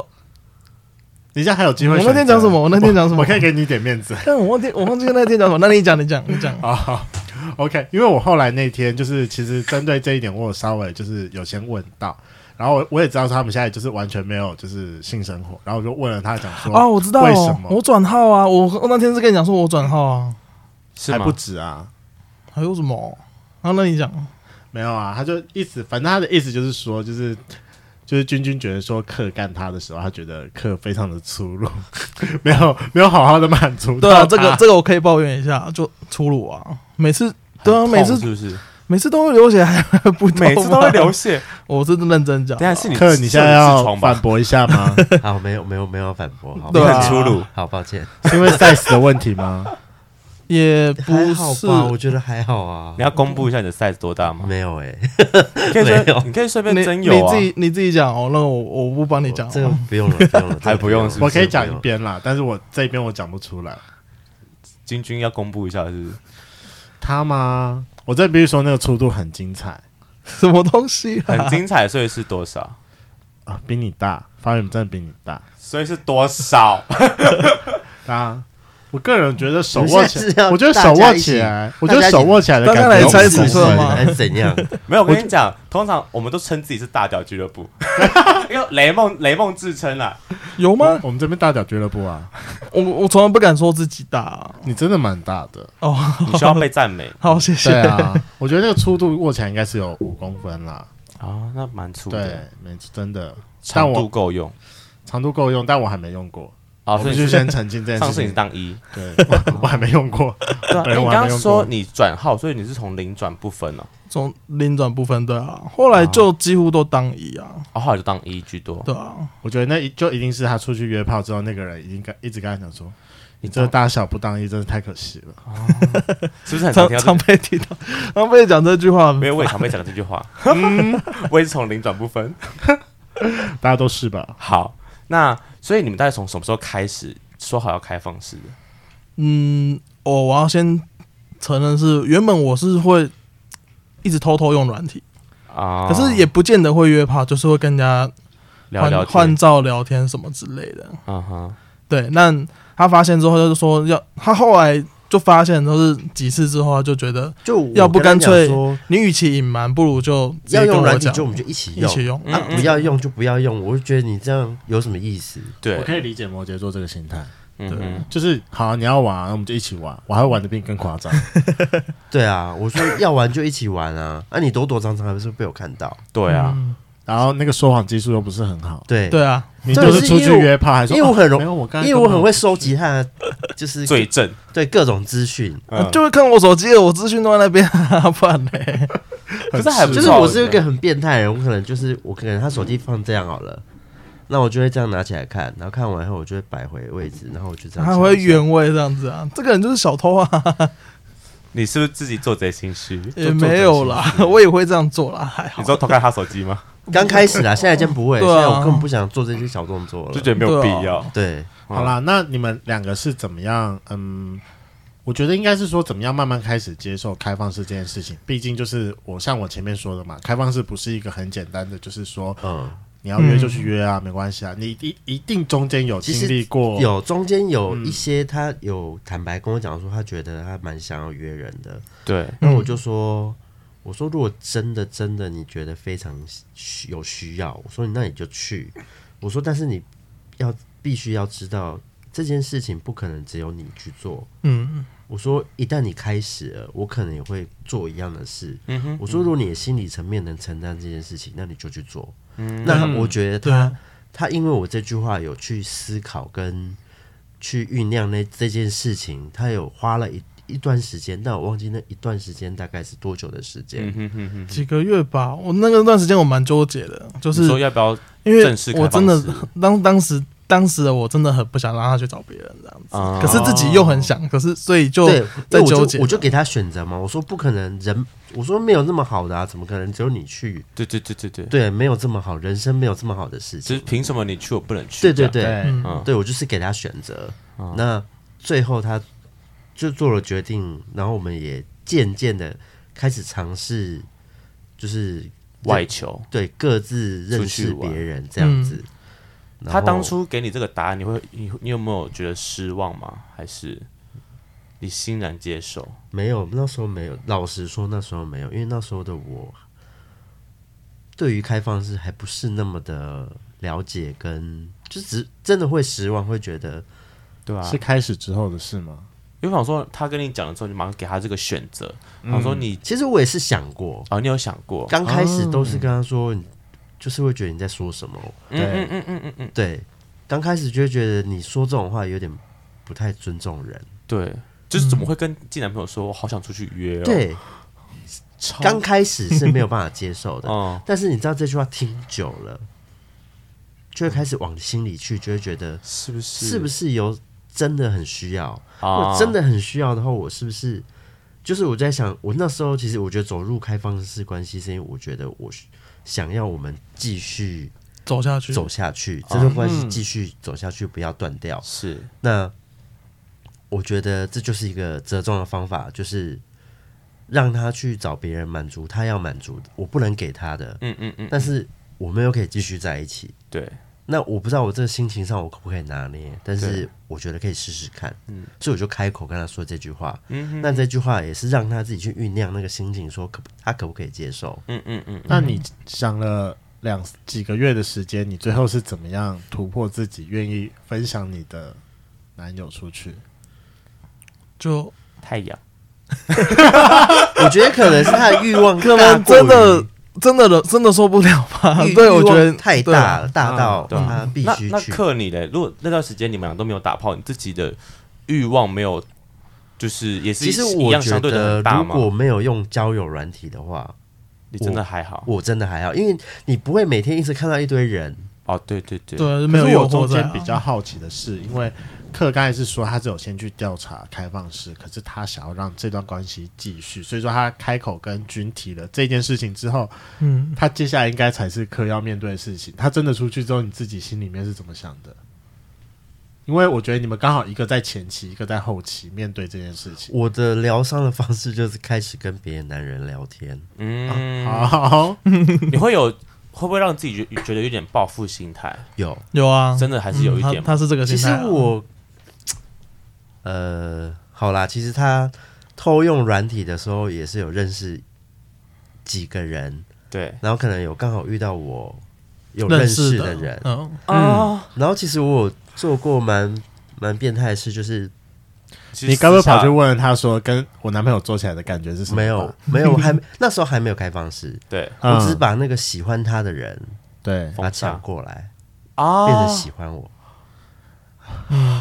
你现在还有机会
我
选择。
那天讲什么我那天讲什么
我我可以给你一点面子。
但我忘记我忘记那天讲什么，那你讲你讲你讲，
[laughs] 啊、o k 因为我后来那天就是其实针对这一点，我有稍微就是有先问到，然后我我也知道他们现在就是完全没有就是性生活，然后我就问了他讲说，
哦，我知道、
为什
哦，
么
我转号啊，我我那天是跟你讲说我转号啊，
是
还
吗
不？止啊，
还有什么？然后那你讲，
没有啊，他就意思，反正他的意思就是说，就是就是君君觉得说克干他的时候，他觉得克非常的粗鲁， [laughs] 没有没有好好的满足
对
到
啊，
他，
这个这个我可以抱怨一下，就粗鲁啊，每次
很
对啊，
痛
每次
是不是？
每次都会流血，还 [laughs] 不痛吗啊
每次都会流，血。
我是认真讲
[laughs]
啊
等一，下是你
克，你现在
是
要
床
反
吧？
驳一下吗？
好，没有没有没有反驳，好，
对啊
你很粗鲁，
好抱歉，
是因为 size 的问题吗？
也不
还好
是
吧，我觉得还好啊
你，要公布一下你的 size 多大吗？
没有哎、
你可以
没有
顺，你可以顺便
你
真
你
有啊
自。己你自己讲哦，那我我不帮你讲
这个
哦，
不用了，不用了，
[laughs] 还不用是不
我
是
可以讲一
遍。
边啦，但是我这边我讲不出来。
君君要公布一下是不是？
他吗？我这必须说那个粗度很精彩
[laughs] 什么东西啊？
很精彩，所以是多少？
啊，比你大，发源真的比你大
所以是多少？ [laughs]
啊。我个人觉得手握起
你现在是要
我觉得手握起来，我觉
大
得
家一起
手握起来的感
大家
觉
来
有
猜
五
尺
十
寸吗
分
还是怎样？
没有，我跟你讲，通常我们都称自己是大屌俱乐 [laughs] 部，因为雷梦雷梦自称啊 [laughs] 啦。
有吗？
我们这边大脚俱乐部啊，
我我从来不敢说自己大啊
你真的蛮大 [laughs] 的。
哦， [laughs]
你需要被赞美
好谢
对
谢，
啊，我觉得那个粗度握起来应该是有五公分啦。
啊，那蛮粗
对
的，，
没错真的
长
但
度
我
够用
长度够用，但我还没用过。
啊。
我
所
必
以
须
你
先澄清这件
上
事
次你
情
是。当一，
对，我我还没用过。
对啊。
对
哎你
我还没
刚刚
用
说
过
你转号，所以你是从零转不分哦，
从零转部分对啊，后来就几乎都当一啊，
啊，后来就当一居多。
对啊，
我觉得那一就一定是他出去约炮之后，那个人已经跟一直跟他讲说，
你知
这
道
大小不当一真是太可惜了。
是不是很常
常
听到
常
这？
被提到， [laughs] 常被讲这句话，
没有，我也常被讲这
[laughs]
句话。嗯，我也是从零转部分。
大家都是吧？
好，那所以你们大概从什么时候开始说好要开放式的？
嗯，我我要先承认是，原本我是会一直偷偷用软体，
啊、
可是也不见得会约炮，就是会跟人家
聊聊天
换换照聊天什么之类的。
嗯哼，
对，那他发现之后，他就说要，他后来就发现都是几次之后，他就觉得
就我
[laughs] 要不
跟他
干
讲
脆
说
你与其隐瞒，不如就直
要
接跟
用
我
软体
讲，
就我们就一起
一
用，
起用。
嗯
啊
嗯
不要用就不要用，我就觉得你这样有什么意思？
对，
我可以理解摩羯座这个心态，
嗯
对
哼，
就是好、你要玩啊，那我们就一起玩，我还会玩的比你更夸张。
对啊，我说要玩就一起玩啊， [laughs] 啊你躲躲藏藏还不是被我看到？
对啊，
嗯
然后那个说谎技术又不是很好，
对，
对啊，
你就是出去约炮还说，
因为我很容
啊没有我刚才
因为我很
根
会收集他的，就是
罪证，
[laughs] 对各种资讯，
嗯，
啊就会看我手机了，我资讯都在那边，啊不然嘞，
本很
可是还不
就是
错欸嗯
我
我
是一
觉
个
得
很变态的人，我可能就是我可能他手机放这样好了，那我就会这样拿起来看，然后看完后我就会摆回位置，然后我就这样
[laughs] 还
敲一下。
会原味这样子啊。这个人就是小偷啊，
你是不是自己做贼心虚？
呃
也没有啦，我也会这样做啦，还好
你。说偷看他手机
[laughs]
吗？
刚开始啊，现在已经不会，
对
现
啊
在我根本不想做这些小动作
就
了。
觉得没有必要。
对，
本好啦，那你们两个是怎么样？嗯，我觉得应该是说怎么样慢慢开始接受开放式这件事情。毕竟就是我像我前面说的嘛，开放式不是一个很简单的，就是说
嗯，
你要约就去约啊，没关系啊，你一定一定中间有经历过，
有中间有一
嗯
些他有坦白跟我讲说，他觉得他蛮想要约人的，
对，
那我就说，我说如果真的真的你觉得非常需有需要，我说那你就去，我说但是你要必须要知道这件事情不可能只有你去做，
嗯，
我说一旦你开始了，我可能也会做一样的事。
嗯哼，
我说如果你的心理层面能承担这件事情，那你就去做。那我觉得
啊
他、他因为我这句话有去思考跟去酝酿那这件事情，他有花了一一段时间，但我忘记那一段时间大概是多久的时间。
嗯哼哼哼，
几个月吧。我那个段时间我蛮纠结的，就
就是说要不要
因为
正式开
我
放
真的
式
[laughs] 当当时当时的我真的很不想让他去找别人这样子，
啊
可是自己又很想，可是所以就
对，
在
那
纠
我
结
就我就给他选择嘛，我说不可能人，我说没有那么好的啊，怎么可能只有你去？
嗯
对对对对对，
对，没有这么好，人生没有这么好的事
就是
情。
凭什么你去我不能去？
对对
这样，
对，
对，
嗯
嗯，
对我就是给他选择。那最后他就做了决定，然后我们也渐渐的开始尝试，就是
外求。
对各自认
出
识
去玩
别人这样子。然后
他当初给你这个答案，你会你你有没有觉得失望吗？还是你欣然接受？
没有，那时候没有。老实说，那时候没有，因为那时候的我对于开放式还不是那么的了解跟，就只真的会失望，会觉得
对啊
是，开始之后的事吗？
因为想说他跟你讲了之后，你马上给他这个选择，想说你
其实我也是想过，
哦，你有想过？
刚开始都
哦
是跟他说，你就是会觉得你在说什么。
嗯嗯嗯嗯嗯嗯，
对，刚开始就会觉得你说这种话有点不太尊重人。
对，就是怎么会跟进男朋友说，我好想出去约哦？，
嗯对，
超
刚开始是没有办法接受的，
嗯，
但是你知道这句话听久了，就会开始往心里去，就会觉得
是不是？
是不是有真的很需要？
啊？
我真的很需要的话，我是不是？就是我在想，我那时候其实我觉得走入开放式关系，是因为我觉得我想要我们继续
走下去。
走下去，
嗯
这段关系继续走下去，不要断掉。
是
那我觉得这就是一个折中的方法，就是让他去找别人满足他要满足的，我不能给他的，
嗯嗯嗯，
但是我们又可以继续在一起。
对，
那我不知道我这个心情上我可不可以拿捏，但是
对
我觉得可以试试看。所以我就开口跟他说这句话。
嗯
那这句话也是让他自己去酝酿那个心情，说可不他可不可以
[laughs]
接受？
嗯嗯嗯，
那你想了两几个月的时间，你最后是怎么样突破自己，愿意分享你的男友出去？
就
太阳
我觉得可能是他的欲望
可
大
能
过于
啊真的真的真的受不了吧？
欲
对，我
欲
觉
望
得
太
对
大了，大到
嗯对啊
他必
那
须
那
去。
克你嘞？如果那段时间你们俩都没有打炮，你自己的欲望没有，就是也是
其实
一
我
样
觉
相对的
得，
很大
如
吗？
果没有用交友软体的话，
你真的还好
我真的还好，因为你不会每天一直看到一堆人。
哦，对对对，
对，没
可
有
是
诱
我
惑
中
在
间
啊
比较好奇的是，因为克刚才是说他只有先去调查开放式，可是他想要让这段关系继续，所以说他开口跟君提了这件事情之后，
嗯，
他接下来应该才是克要面对的事情。他真的出去之后，你自己心里面是怎么想的？因为我觉得你们刚好一个在前期，一个在后期面对这件事情。
我的疗伤的方式就是开始跟别的男人聊天，
嗯，
好，
你会有会不会让自己觉觉得有点报复心态？
有。
有啊，
真的还是有一点
嗯他，他是这个
其实
心态啊。
我，呃，好啦，其实他偷用软体的时候也是有认识几个人，
对
然后可能有刚好遇到我有认
认
识的
的
人，
嗯，
啊，
然后其实我有做过蛮蛮变态的事，就是
其实
你该不会
私下
跑去问他说，跟我男朋友做起来的感觉是什么吧？
没有没有还没 [laughs] 那时候还没有开放式，
对
嗯，
我只是把那个喜欢他的人
对，
把他
封
抢
杀
过来，
啊
变成喜欢我。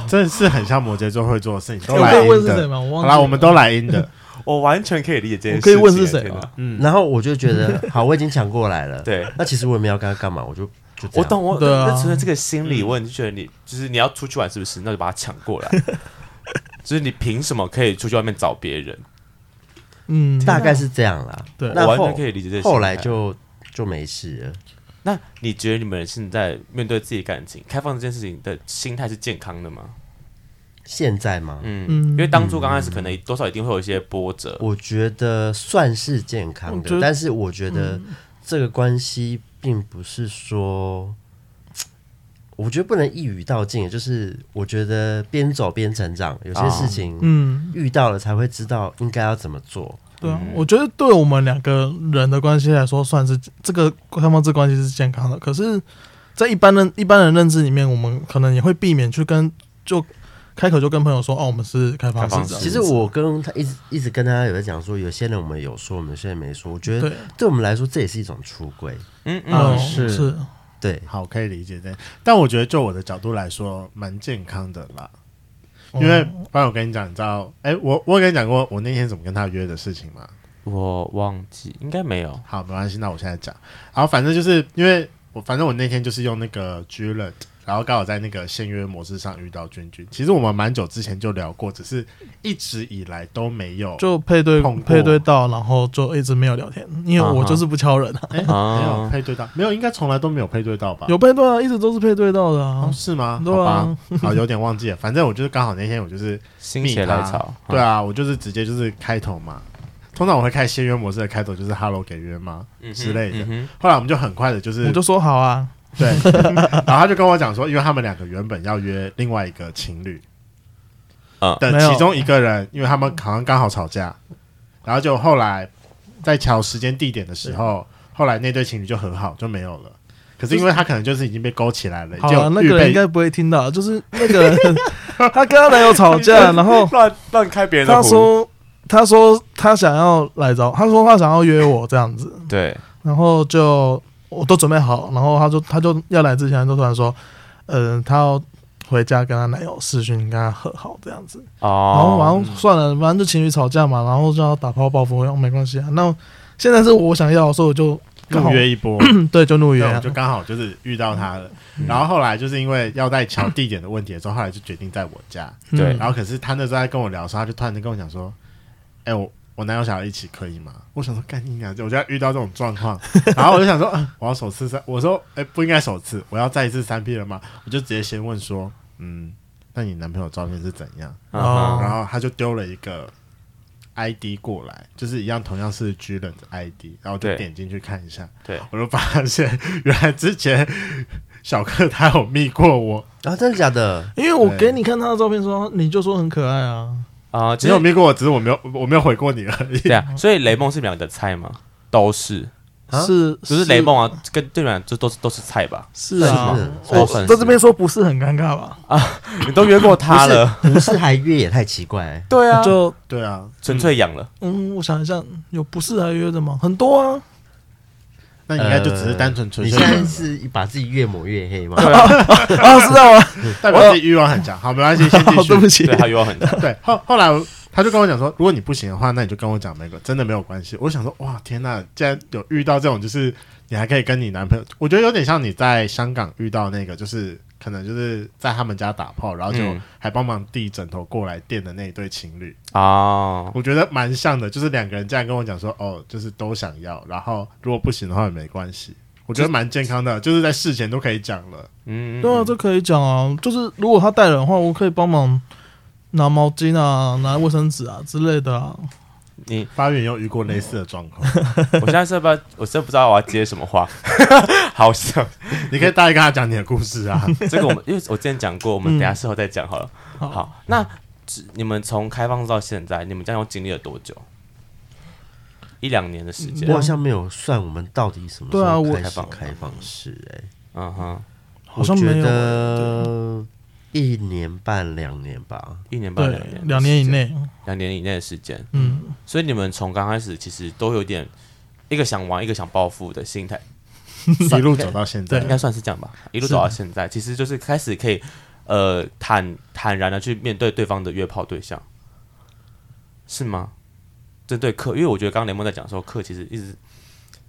这是很像摩羯座会做的事情，都
哎我
来
可以问
阴
是谁
的。
吗？我
好
忘记
啦，
了
我们都来阴的。
我完全可以理解这件
我
事
可
情。啊
以问是谁
天
吗
哪？
嗯，
然后我就觉得好，我已经抢过来了，
对，
那其实我也没有跟他干嘛，我就就这
我
样。
懂，我懂。
对啊
那除了这个心理问题，就觉得你就是你要出去玩，是不是？那就把它抢过来。就是你凭什么可以出去外面找别人？
嗯，
大概是这样啦。
对
那
我完
后
全可以理解这个心态
后来就就没事了。
那你觉得你们现在面对自己感情开放这件事情的心态是健康的吗？
现在吗？
嗯，
嗯
因为当初刚开始可能多少一定会有一些波折，
我觉得算是健康
我觉
的，
得
但是我觉得
嗯
这个关系并不是说，我觉得不能一语道尽，就是我觉得边走边成长，有些
哦
事情
嗯，
遇到了才会知道应该要怎么做。
对啊
嗯，
我觉得对我们两个人的关系来说，算是这个开放式关系是健康的。可是，在一般人一般人认知里面，我们可能也会避免去跟就开口就跟朋友说，哦，我们是开放
开放式
式的。
其实我跟他一直一直跟他有在讲说，有些人我们有说，我们有些人没说。我觉得
对，
对我们来说，这也是一种出轨。
嗯嗯，
嗯，
是
是，
对，
好，可以理解这。但我觉得就我的角度来说，蛮健康的啦。因为
嗯
不然我跟你讲，你知道，哎、我我有跟你讲过我那天怎么跟他约的事情吗？
我忘记应该没有。
好，没关系，那我现在讲。然后反正就是因为我，反正我那天就是用那个 g l e t 然后刚好在那个限约模式上遇到君君。其实我们蛮久之前就聊过，只是一直以来都没有。
就配对
碰过
配对到，然后就一直没有聊天，因为我就是不敲人啊。
哎、
啊
没有配对到，没有，应该从来都没有配对到吧？
有配对啊，一直都是配对到的啊
哦，。是吗？
对
好
啊
吧，好，有点忘记了。反正我就是刚好那天我就是
心血来潮，
对啊，我就是直接就是开头嘛。通常我会开签约模式的开头就是 “hello” 给约吗？
嗯哼
之类的
嗯
后来我们就很快的就是
我就说好啊，
[laughs] 对，然后他就跟我讲说，因为他们两个原本要约另外一个情侣，
嗯
的
没有
其中一个人，因为他们好像刚好吵架，然后就后来在瞧时间地点的时候，后来那对情侣就和好，就没有了。可是因为他可能就是已经被勾起来了，
好
哎就
啊，那
预
个人
备
应该不会听到，就是那个人 [laughs] 他跟他男友吵架，然
哼
后
哦乱乱开别人的
他
[laughs]
壶
说他说他想要来找，他说他想要约我这样子，
对，
然后就我都准备好，然后他就他就要来之前就突然说，嗯、他要回家跟他男友视讯跟他和好这样子，然后
哦，
晚上算了，反正就情侣吵架嘛，然后就要打炮报复，我说没关系啊，那现在是我想要，所以我就刚
赴
好
约一
[coughs]
波。
对就怒约
对，我
啊嗯
就，刚好就是遇到他了。然后后来就是因为要在瞧地点的问题的时候，后来就决定在我家。
嗯
对
然后可是他那时候在跟我聊的时候，他就突然间跟我讲说：“哎、我我男友想要一起可以吗？”我想说干你娘！我就要遇到这种状况， [laughs] 然后我就想说，呃我要首次三，我说哎、不应该首次，我要再一次三 P 了吗？我就直接先问说，嗯，那你男朋友照片是怎样？
嗯
哦
然后他就丢了一个 ID 过来，就是一样同样是 G 人的 ID，然后我就
对
点进去看一下，
对
我就发现原来之前小克他有密过我，
啊，真的假的？
因为我给你看他的照片说，你就说很可爱啊，
啊，
只
只
有
有
密过我，只是我没有我没有回过你而已。 [laughs]
对啊，所以雷梦是你们俩的菜吗？都是，
啊
是
只是雷梦啊，跟对面就都是都是菜吧？
是啊
是，
我
算是
在这边说不是很尴尬吧？
你都约过他
[laughs]
了，。
不是还约也太奇怪、欸
对啊，就
就
对啊，
纯粹养了。
嗯，我想一下，有不是还约的吗？很多啊，
那你应该就只是单纯
呃
纯粹
你现在
的
是把自己越抹越黑吗？
啊，是这样吗？
代表自己欲望很强。好，没
[laughs]
关系，先继
好，对不
续。
起
对，他约
[laughs]
我很大，
对，后后来他就跟我讲说，如果你不行的话，那你就跟我讲没个，真的没有关系。我想说，哇，天呐，竟然有遇到这种，就是你还可以跟你男朋友，我觉得有点像你在香港遇到那个，就是可能就是在他们家打炮，然后就
嗯
还帮忙递枕头过来垫的那一对情侣，
哦，
我觉得蛮像的，就是两个人这样跟我讲说，哦，就是都想要，然后如果不行的话也没关系，我觉得蛮健康的，就是在事前都可以讲了。
嗯，
对啊，这可以讲啊，就是如果他带人的话，我可以帮忙拿毛巾啊、拿卫生纸啊之类的啊。
你，
发源有遇过类似的状况， [laughs]
我现在是不知道，我真不知道我要接什么话，好笑。
你可以大概跟他讲你的故事啊。
这个我们因为我之前讲过，我们等
嗯
一下事后再讲好了。
好
好，那只你们从开放到现在，你们这样又经历了多久？一两年的时间
我。好像没有算我们到底什么时
对啊
候
我
开始
开放
开放式哎、
嗯哼，
好像
我
没
觉
有啊
得一年半两年吧，
一年半
对
两，年，
两年以，内，
两年以内的时间。
嗯，
所以你们从刚开始其实都有点一个想玩，一个想报复的心态，
一路走到现在
[laughs] 应，该算是这样吧。一路走到现在，其实就是开始可以呃坦坦然的去面对对方的约炮对象，是吗？针对客，因为我觉得刚刚雷梦在讲说，客其实一直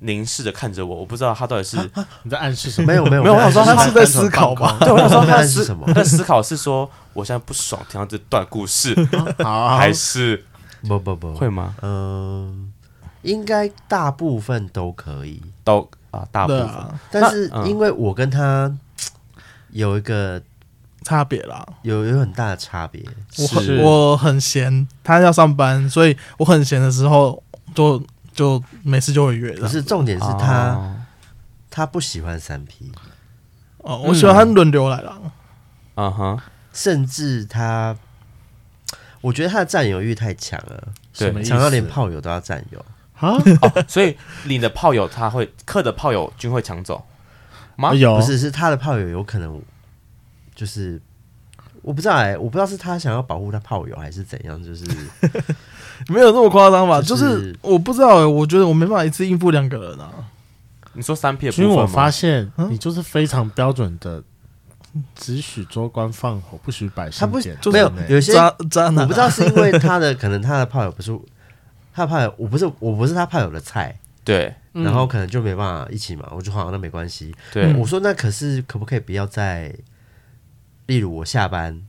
凝视着看着我，我不知道他到底是
你在暗示什么？
没有没有
没有我想说
暗示
他是在思考吧
[laughs] 对，我想说
那
他
是
思
什么
他的思考是说，我现在不爽听到这段故事，
[laughs] 好，
还是
[laughs] 不不不，
会吗？
嗯、应该大部分都可以，
都啊，大部
对
分
啊，
但是
嗯
因为我跟他有一个
差别啦。
有有很大的差别，
我
是
很我很闲，他要上班，所以我很闲的时候就就每次就会约
可
的。
是重点是他、
啊
他不喜欢三 P，
哦，我喜欢他轮流来啦。
嗯哼，
甚至他，我觉得他的占有欲太强了，
什么意思
强到连炮友都要占有。
啊？
哦，所以你的炮友他会克的炮友均会抢走吗？
有
不是，是他的炮友有可能就是我不知道哎、我不知道是他想要保护他炮友还是怎
[laughs]
样，就是
没有那么夸张吧？
就
就是是我不知道、欸，我觉得我没办法一次应付两个人啊。
你说三 P 的部
所以
分吗？
我发现
嗯
你就是非常标准的，只许州官放火，不许百
他
姓
不
点
没有
灯欸
有些
渣渣男啊，
我不知道是因为他的可能他的炮友不是他的炮友，我不是我不是他炮友的菜，
对
嗯
然后可能就没办法一起嘛，我就好那没关系。
对，
我说那可是可不可以不要再，例如我下班。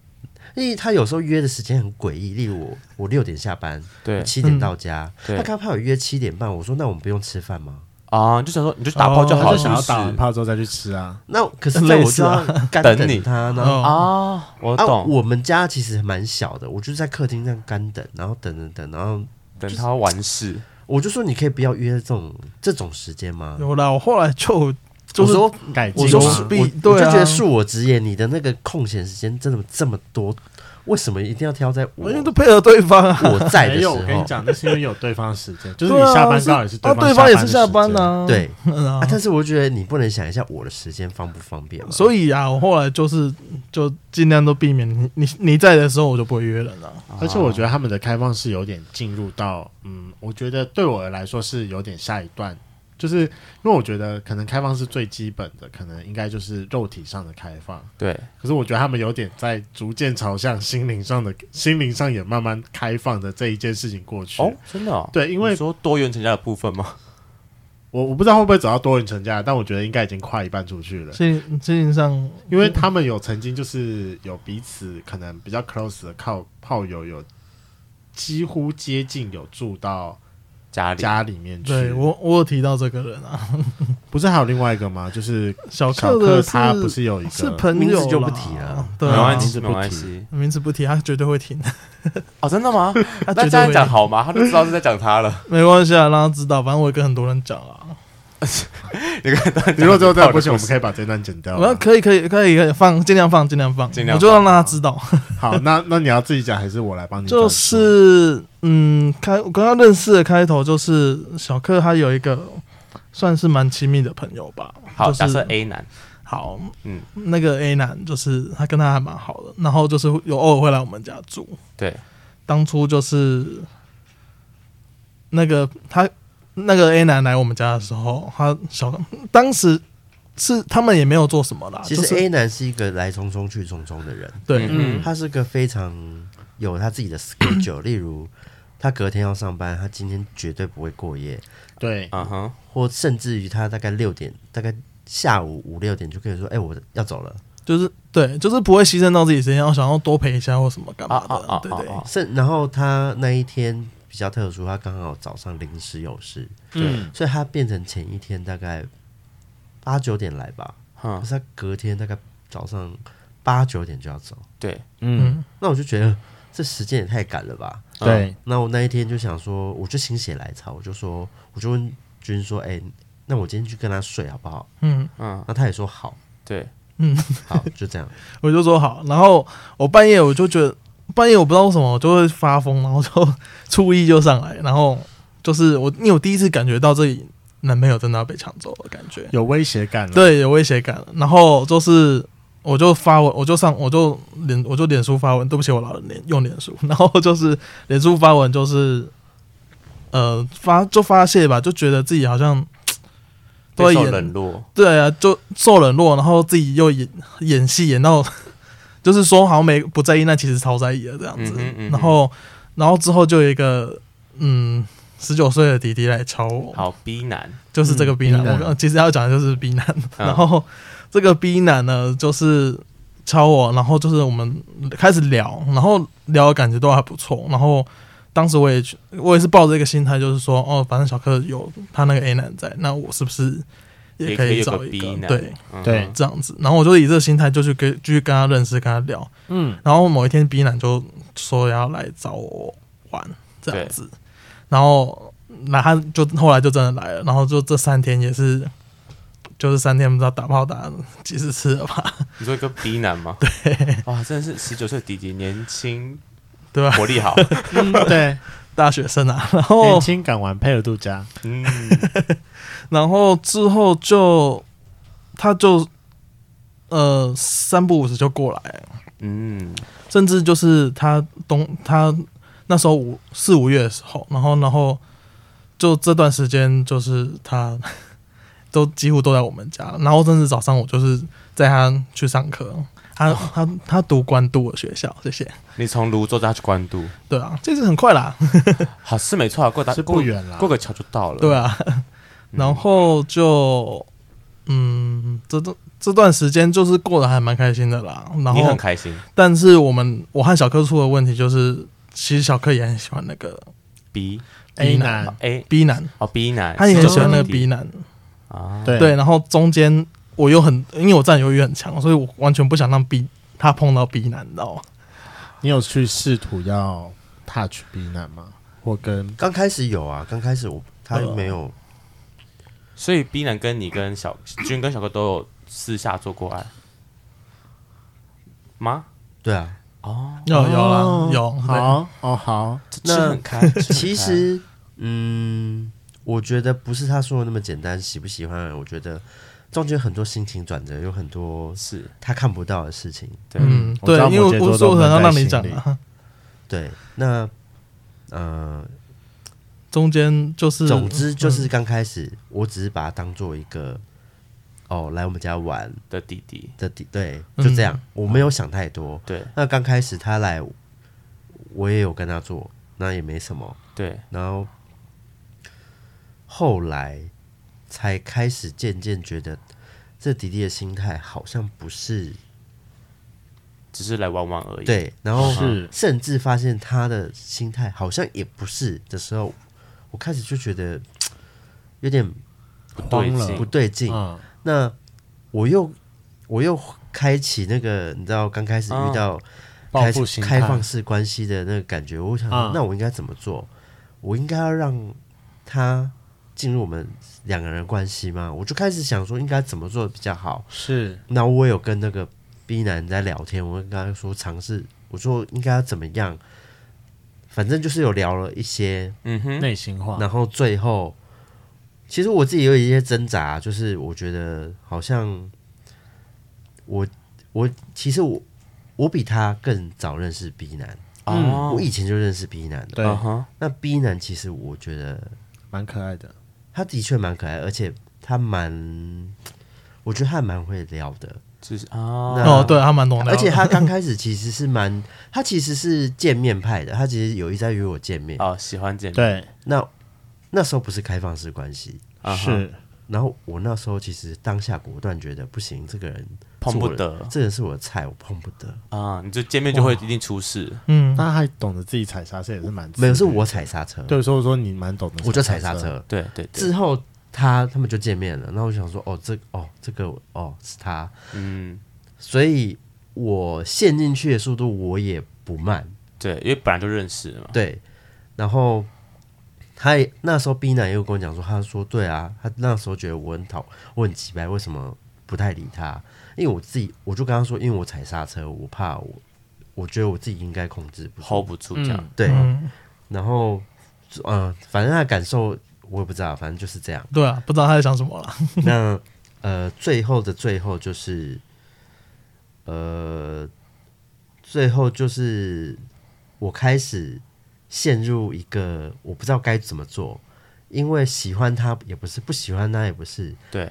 因为他有时候约的时间很诡异，例如我我六点下班，
对嗯
七点到家，
对
他跟他炮友约七点半，我说那我们不用吃
[laughs]
饭吗？
啊，你就想说你就打炮就
哦他
好，
就想要
是不
打
是
完炮之后再去吃啊。
那可是在我就要干
类似啊
等他，然后
哦
啊，我
啊，
懂，
我们家其实蛮小的，我就是在客厅这样干等，然后等等等，然后
等他完事，
我就说你可以不要约这种这种时间吗？
有啦，我后来就就
我
是
说
改进啊
我
吗
说
就是必
我
对
我就
啊
觉得恕我直言，你的那个空闲时间真的这么多，为什么一定要挑在我
因为都配合对方啊。
[laughs] 我在
没
的时
有，我跟你
候？
讲，那是因为有对方的时间，就是你
对啊
下班刚好也是
啊，
方，对
对方也是下班
呢。
啊。
对
嗯 [laughs] 啊
啊，但是我觉得你不能想一下我的时间方不方便吗？
所以啊，我后来就是就尽量都避免你你你在的时候，我就不会约人啊了。
而且我觉得他们的开放是有点进入到，嗯，我觉得对我来说是有点下一段，就是因为我觉得可能开放是最基本的，可能应该就是肉体上的开放。
对，
可是我觉得他们有点在逐渐朝向心灵上的， [laughs] 心灵上也慢慢开放的这一件事情过去。
哦，真的哦，
对，因为
你说多元成家的部分吗？
我我不知道会不会走到多元成家，但我觉得应该已经跨一半出去了。
心心灵上，
[laughs] 因为他们有曾经就是有彼此可能比较 close 的靠炮友有几乎接近有住到
家里
家里面去。
对我我有提到这个人啊，
不是还有另外一个吗？就是
小
小
克
克
的
他不
哦是
是有一个
是朋
名
友
字就
啦
不提了，
对
没
啊
关，系，
是不
没
提
关系。
名字不提，他绝对会听，
哦，真的吗？
他
那这
绝对
样
会
讲好吗？他就知道是在讲他了。
[laughs] 没关系啊，让他知道，反正我也跟很多人讲啊。
你看，
[laughs] 你如果最后这样不行，我们可以把这段剪掉
我
啊。
可以可以可以可以放，尽量放尽量放，
尽量
我就
放
让他知道。
好，那那你要自己讲还是我来帮你转述？
就是嗯，开我跟他认识的开头就是小克，他有一个算是蛮亲密的朋友吧。
好，
就
假设
是
A 男，
好，
嗯
嗯，那个 A 男就是他跟他还蛮好的，然后就是有偶尔会来我们家住。
对，
当初就是那个他那个 A 男来我们家的时候，他小当时是他们也没有做什么啦，
其
啊就
实
是
A 男是一个来匆匆去匆匆的人，
对，
嗯
他是个非常有他自己的 schedule，例如他隔天要上班，他今天绝对不会过夜，
对，
嗯哼，
或甚至于他大概六点，大概下午五六点就可以说，哎、我要走了，
就是对，就是不会牺牲到自己时间，要想要多陪一下或什么干
啊
嘛
啊
的，
啊
对
啊
对。
啊！
是，然后他那一天比较特殊，他刚好早上临时有事，
嗯，
所以他变成前一天大概八九点来吧，可
嗯，
是他隔天大概早上八九点就要走，
对，
嗯，
嗯，
那我就觉得这时间也太赶了吧。
对，
那我那一天就想说，我就心血来潮，我就说，我就问君说，哎、那我今天去跟他睡好不好？
嗯，
嗯，
那他也说好，
对，
好，就这样。
我就说好，然后我半夜我就觉得半夜我不知道为什么我就会发疯，然后就 [laughs] 初一就上来，然后就是我因为我第一次感觉到这里男朋友真的要被抢走了感觉，
有威胁
嗯
感了。，
对，有威胁感了。然后就是我就发文，我就上，我就脸，我就脸书发文。对不起，我老了，脸用脸书。然后就是 [laughs] 脸书发文，就是呃发就发泄吧，就觉得自己好像都
备
在
受
演
冷落，
对啊，就受冷落，然后自己又演演戏演到， [laughs] 就是说好像没不在意，那其实超在意的这样子。
嗯哼嗯哼
然后然后之后就有一个嗯。十九岁的弟弟来敲我，
好逼男，
就是这个 B
嗯
男，
，B 男
我刚其实要讲的就是 B 男，
嗯
然后这个 B 男呢，就是敲我，然后就是我们开始聊，然后聊的感觉都还不错，然后当时我也去，我也是抱着一个心态，就是说，哦，反正小克有他那个 A 男在，那我是不是也可
可以
以
有
找
个
一
逼
个
男，
对
嗯
对
这样子？然后我就以这个心态就去跟继续跟他认识，跟他聊，
嗯，
然后某一天 B 男就说要来找我玩这
对
样子，然后那他就后来就真的来了，然后就这三天也是，就是三天不知道打炮打几十次了吧，
你说一个逼男吗？对，哇，真的是十九岁弟弟，年轻，
对吧？
活力好，
嗯 [laughs] 对，
大学生啊，然
年
后
轻敢玩配合度佳，
嗯，
然后之后就他就呃三不五时就过来，
嗯，
甚至就是他冬他那时候五四五月的时候，然后然后就这段时间就是他 [laughs] 都几乎都在我们家，然后甚至早上我就是在他去上课，他、他他读关渡的学校，谢谢，
你从泸州再去关渡，
对啊，这次很快啦，
好是没错啊，过大
是不远啦
过，个桥就到了，
对啊，然后就嗯，这段这段时间就是过得还蛮开心的啦，然
你很
后
开心，
但是我们我和小柯出的问题就是，其实小柯也很喜欢那个
逼
A
男
男
A
B 男。
哦逼男，
他也很喜欢那个
弟弟
B 男，
啊，
对
对，，然后中间我又很，因为我占有欲很强，所以我完全不想让 B 他碰到 B 男，你知道吗？
你有去试图要 touch B 男吗？或跟
[laughs] 刚开始有啊，刚开始我他没有，
所以 B 男跟你跟小军跟小哥都有私下做过爱吗？
对啊。
哦，
有有
哦
啦，有，对
好哦好，
这
那
这很开，这很开
其实， [laughs] 嗯，我觉得不是他说的那么简单，喜不喜欢？我觉得中间有很多心情转折，有很多
是
他看不到的事情。
对，
嗯，
我知
对
道，
因为
摩羯座
我
都
说我想要让你
闷在
讲
心里
啊，
对，那呃，
中间就是，
总之就是刚开始，我只是把它当做一个哦，来我们家玩
的弟弟，
的地，对，就
嗯
这样，我没有想太多。
对
那刚开始他来，我也有跟他做，那也没什么。
对，
然后后来才开始渐渐觉得，这弟弟的心态好像不是
只是来玩玩而已，，
对，然后
是
甚至发现他的心态好像也不是的时候，我开始就觉得有点
不对
慌了
劲
不，对劲。
嗯，
那我又我又开启那个，你知道刚开始遇到
啊报
开始、
复心态
开放式关系的那个感觉，我想说、
嗯
那我应该怎么做？我应该要让他进入我们两个人的关系吗？我就开始想说应该怎么做比较好。
是
那我有跟那个 B 男在聊天，我跟他说尝试，我说应该要怎么样，反正就是有聊了一些
嗯哼，
内心化，
然后最后，其实我自己有一些挣扎，就是我觉得好像我我其实我我比他更早认识 B 男，
哦
我，以前就认识 B 男的。
对
嗯，哼，
那 B 男其实我觉得
蛮可爱的，
他的确蛮可爱，而且他蛮，我觉得他蛮会聊的，
就是啊，
那
哦，对他蛮懂的，
而且他刚开始其实是蛮，他其实是见面派的，他其实有一直在约我见面。
哦，喜欢见面，
对，
那那时候不是开放式关系，
啊哈
是
然后我那时候其实当下果断觉得不行，这个人
碰不得
这个是我的菜，我碰不得。
啊、你就见面就会一定出事。
嗯，
那还懂得自己踩刹车也是蛮
没有，是我踩刹车，
对，所以我说你蛮懂得，
我就踩刹。车。
对对对，
之后他他们就见面了，那我想说，哦，这哦这个哦是他，
嗯，
所以我陷进去的速度我也不慢，
对，因为本来就认识嘛。
对。然后他也那时候 B 男又跟我讲说，他说对啊，他那时候觉得我很讨我很急白，为什么不太理他？因为我自己我就跟他说，因为我踩刹车，我怕我我觉得我自己应该控制不住
hold 不住这样，
对，
嗯
然后嗯、呃反正他的感受我也不知道，反正就是这样。
对啊，不知道他在想什么了。 [laughs]
那呃，最后的最后就是，呃，最后就是我开始陷入一个我不知道该怎么做，因为喜欢他也不是，不喜欢他也不是，
对，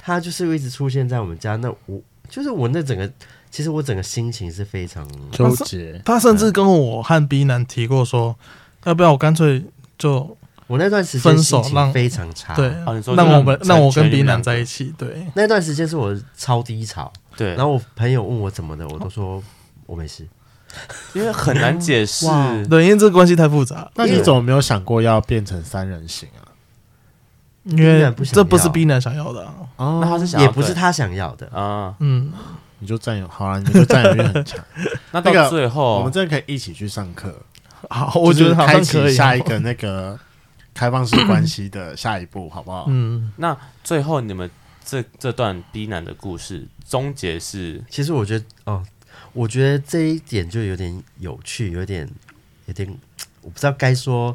他就是一直出现在我们家。那我就是我那整个，其实我整个心情是非常
纠结，
他甚至跟我和 B 男提过说，要不要我干脆就
我那段时间
分手
心情
让
非常差。
对，
哦你说
让
就
我们
让
让我
成全
跟 B
你们
男
两个
在一起，对，
那段时间是我超低潮，
对，
然后我朋友问我怎么的，我都说我没事。
因为很难解释，
哇
对，因为这个关系太复杂了，
那你怎么没有想过要变成三人行啊？
因
B
为
男不想
这不是
要
B 男想要的啊，
哦
那他是想
也
要
不是
跟
他想要的。
啊、
嗯，
你就占有好了，你们就占有欲很
[laughs]
强。那
那到
个
最后，
我们真的可以一起去上课，
好，哦我觉
就
得
是
好
开
像可
启
以
下
哦
一，个那个开放式关系的下一步，好不好？
嗯，
那最后你们这这段 B 男的故事终结
[laughs]
是
其实我觉得，哦，我觉得这一点就有点有趣，有点有点，我不知道该说。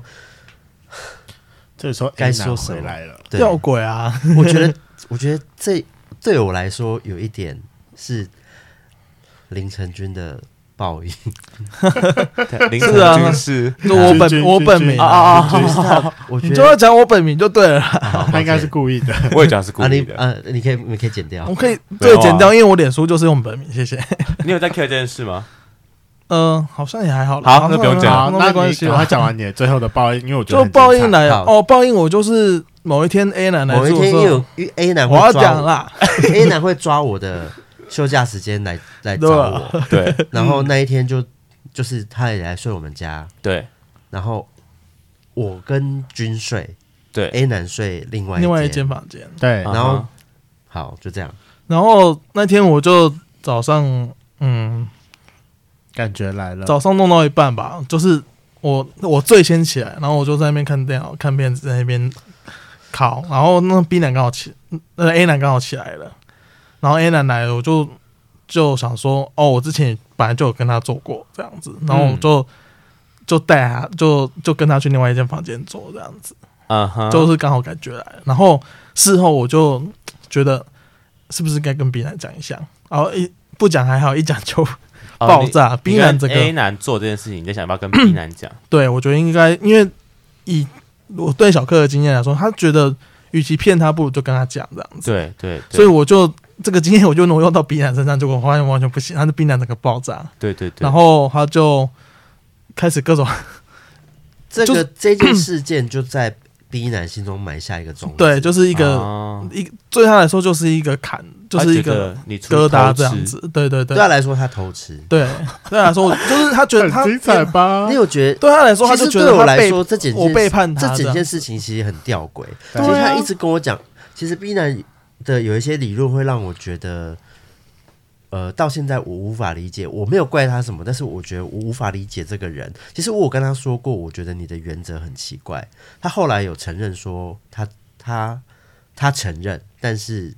这个时候 A
该
男
说什么
回来了，
对，
吊诡啊，
我觉得，我觉得这对我来说有一点是林承君的报应，
[laughs]
林
是啊
肯军是
就我
君
本我
君
本
君
名
啊
啊，
就是他，我觉
你就
得
要讲我本名就对了啦，
[laughs] 他应该是故意的。
我也觉得是故
啊，
意
你
的。
啊，你可以你可以剪掉
我，可以
没有
对
啊
剪掉，因为我脸书就是用本名，谢谢。
你有在 care 这件事
[laughs]
吗？
嗯，好像也还好啦。
好那不用讲
好
好，，
那
啊没
你
关系
赶快
啦。
讲完你的最后的报应，因为我觉得
就
很精
报应来
好
哦，报应我就是某一天 A 奶奶
某一
住
天
的时
因为有
候，
因为 A 男
我要
会
讲
抓
啦，
A 男会抓我的休假时间来来找
对啊
我，
对
然后那一天就就是他也来睡我们家，
对
然后我跟君睡
对，
，A 男睡另外
[laughs] 另外一
一
间房间。
彩对
啊
然后、
嗯哼
好就这样，
然后那天我就早上，嗯，
感觉来了。
早上弄到一半吧，就是我我最先起来，然后我就在那边看电脑看片子，在那边考，然后那 B 男刚好起，那 A 男刚好起来了，然后 A 男来了，我就就想说，哦，我之前本来就有跟他做过这样子，然后我
嗯
就、就带他，就就跟他去另外一间房间做这样子，
嗯哼，
就是刚好感觉来了，然后事后我就觉得是不是该跟 B 男讲一下，然后一不讲还好，一讲就
哦
爆炸
你
B 男这
你
个
跟 A 男做这件事情，你在想要不要
[clears throat]
跟 B 男讲？
对，我觉得应该，因为以我对小克的经验来说，他觉得与其骗他，不如就跟他讲这样子。
对对，对
所以我就这个经验，我就挪用到 B 男身上，结果发现完全不行，他是 B 男整个爆炸，
对对对，
然后他就开始
[laughs]
各种
这
就
个这件事件就在 B 男心中埋下一个种子，
对，就是一
一
个、
哦
一对他来说就是一个坎，就是一个
你出去
疙瘩
偷吃
这样，子。对对对
对他啊来说他偷吃。
对，对他来说就是他觉
[laughs]
得他
很精彩吧
你？有觉得？
对他来说，他
其
就
实
觉
对
得
我
他
来
背
说，这整
我
件
背叛
这
他
整
样
件
子
事情其实很吊诡。
对
其实
啊
他一直跟我讲，其实 B 男的有一些理论会让我觉得，呃，到现在我无法理解。我没有怪他什么，但是我觉得我无法理解这个人。其实我有跟他说过，我觉得你的原则很奇怪。他后来有承认说，他他他承认，但是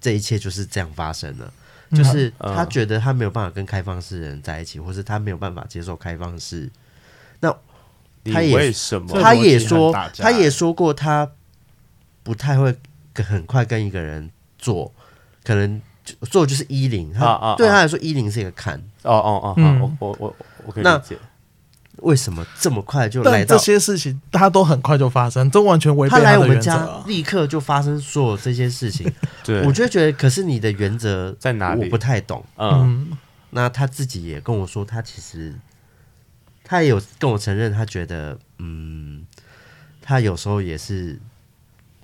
这一切就是这样发生了。
嗯
就是
嗯
他觉得他没有办法跟开放式的人在一起，或是他没有办法接受开放式。
你
他也
为什么
这？
他也
逻辑很
说
打，架
他也说过，他不太会跟很快跟一个人做，可能就做就是一零，他、
啊啊啊
对他来说一零是一个坎，
哦哦哦，
嗯
好我我我我可以
那
理解，
为什么这么快就来
但这
到？
些事情他都很快就发生，这完全违
他
背
来我
的
们
原则
家
啊。
立刻就发生所有这些事情，
对，
我就觉得，可是你的原则
在哪里
我不太懂。
嗯
嗯，
那他自己也跟我说，他其实他也有跟我承认，他觉得嗯，他有时候也是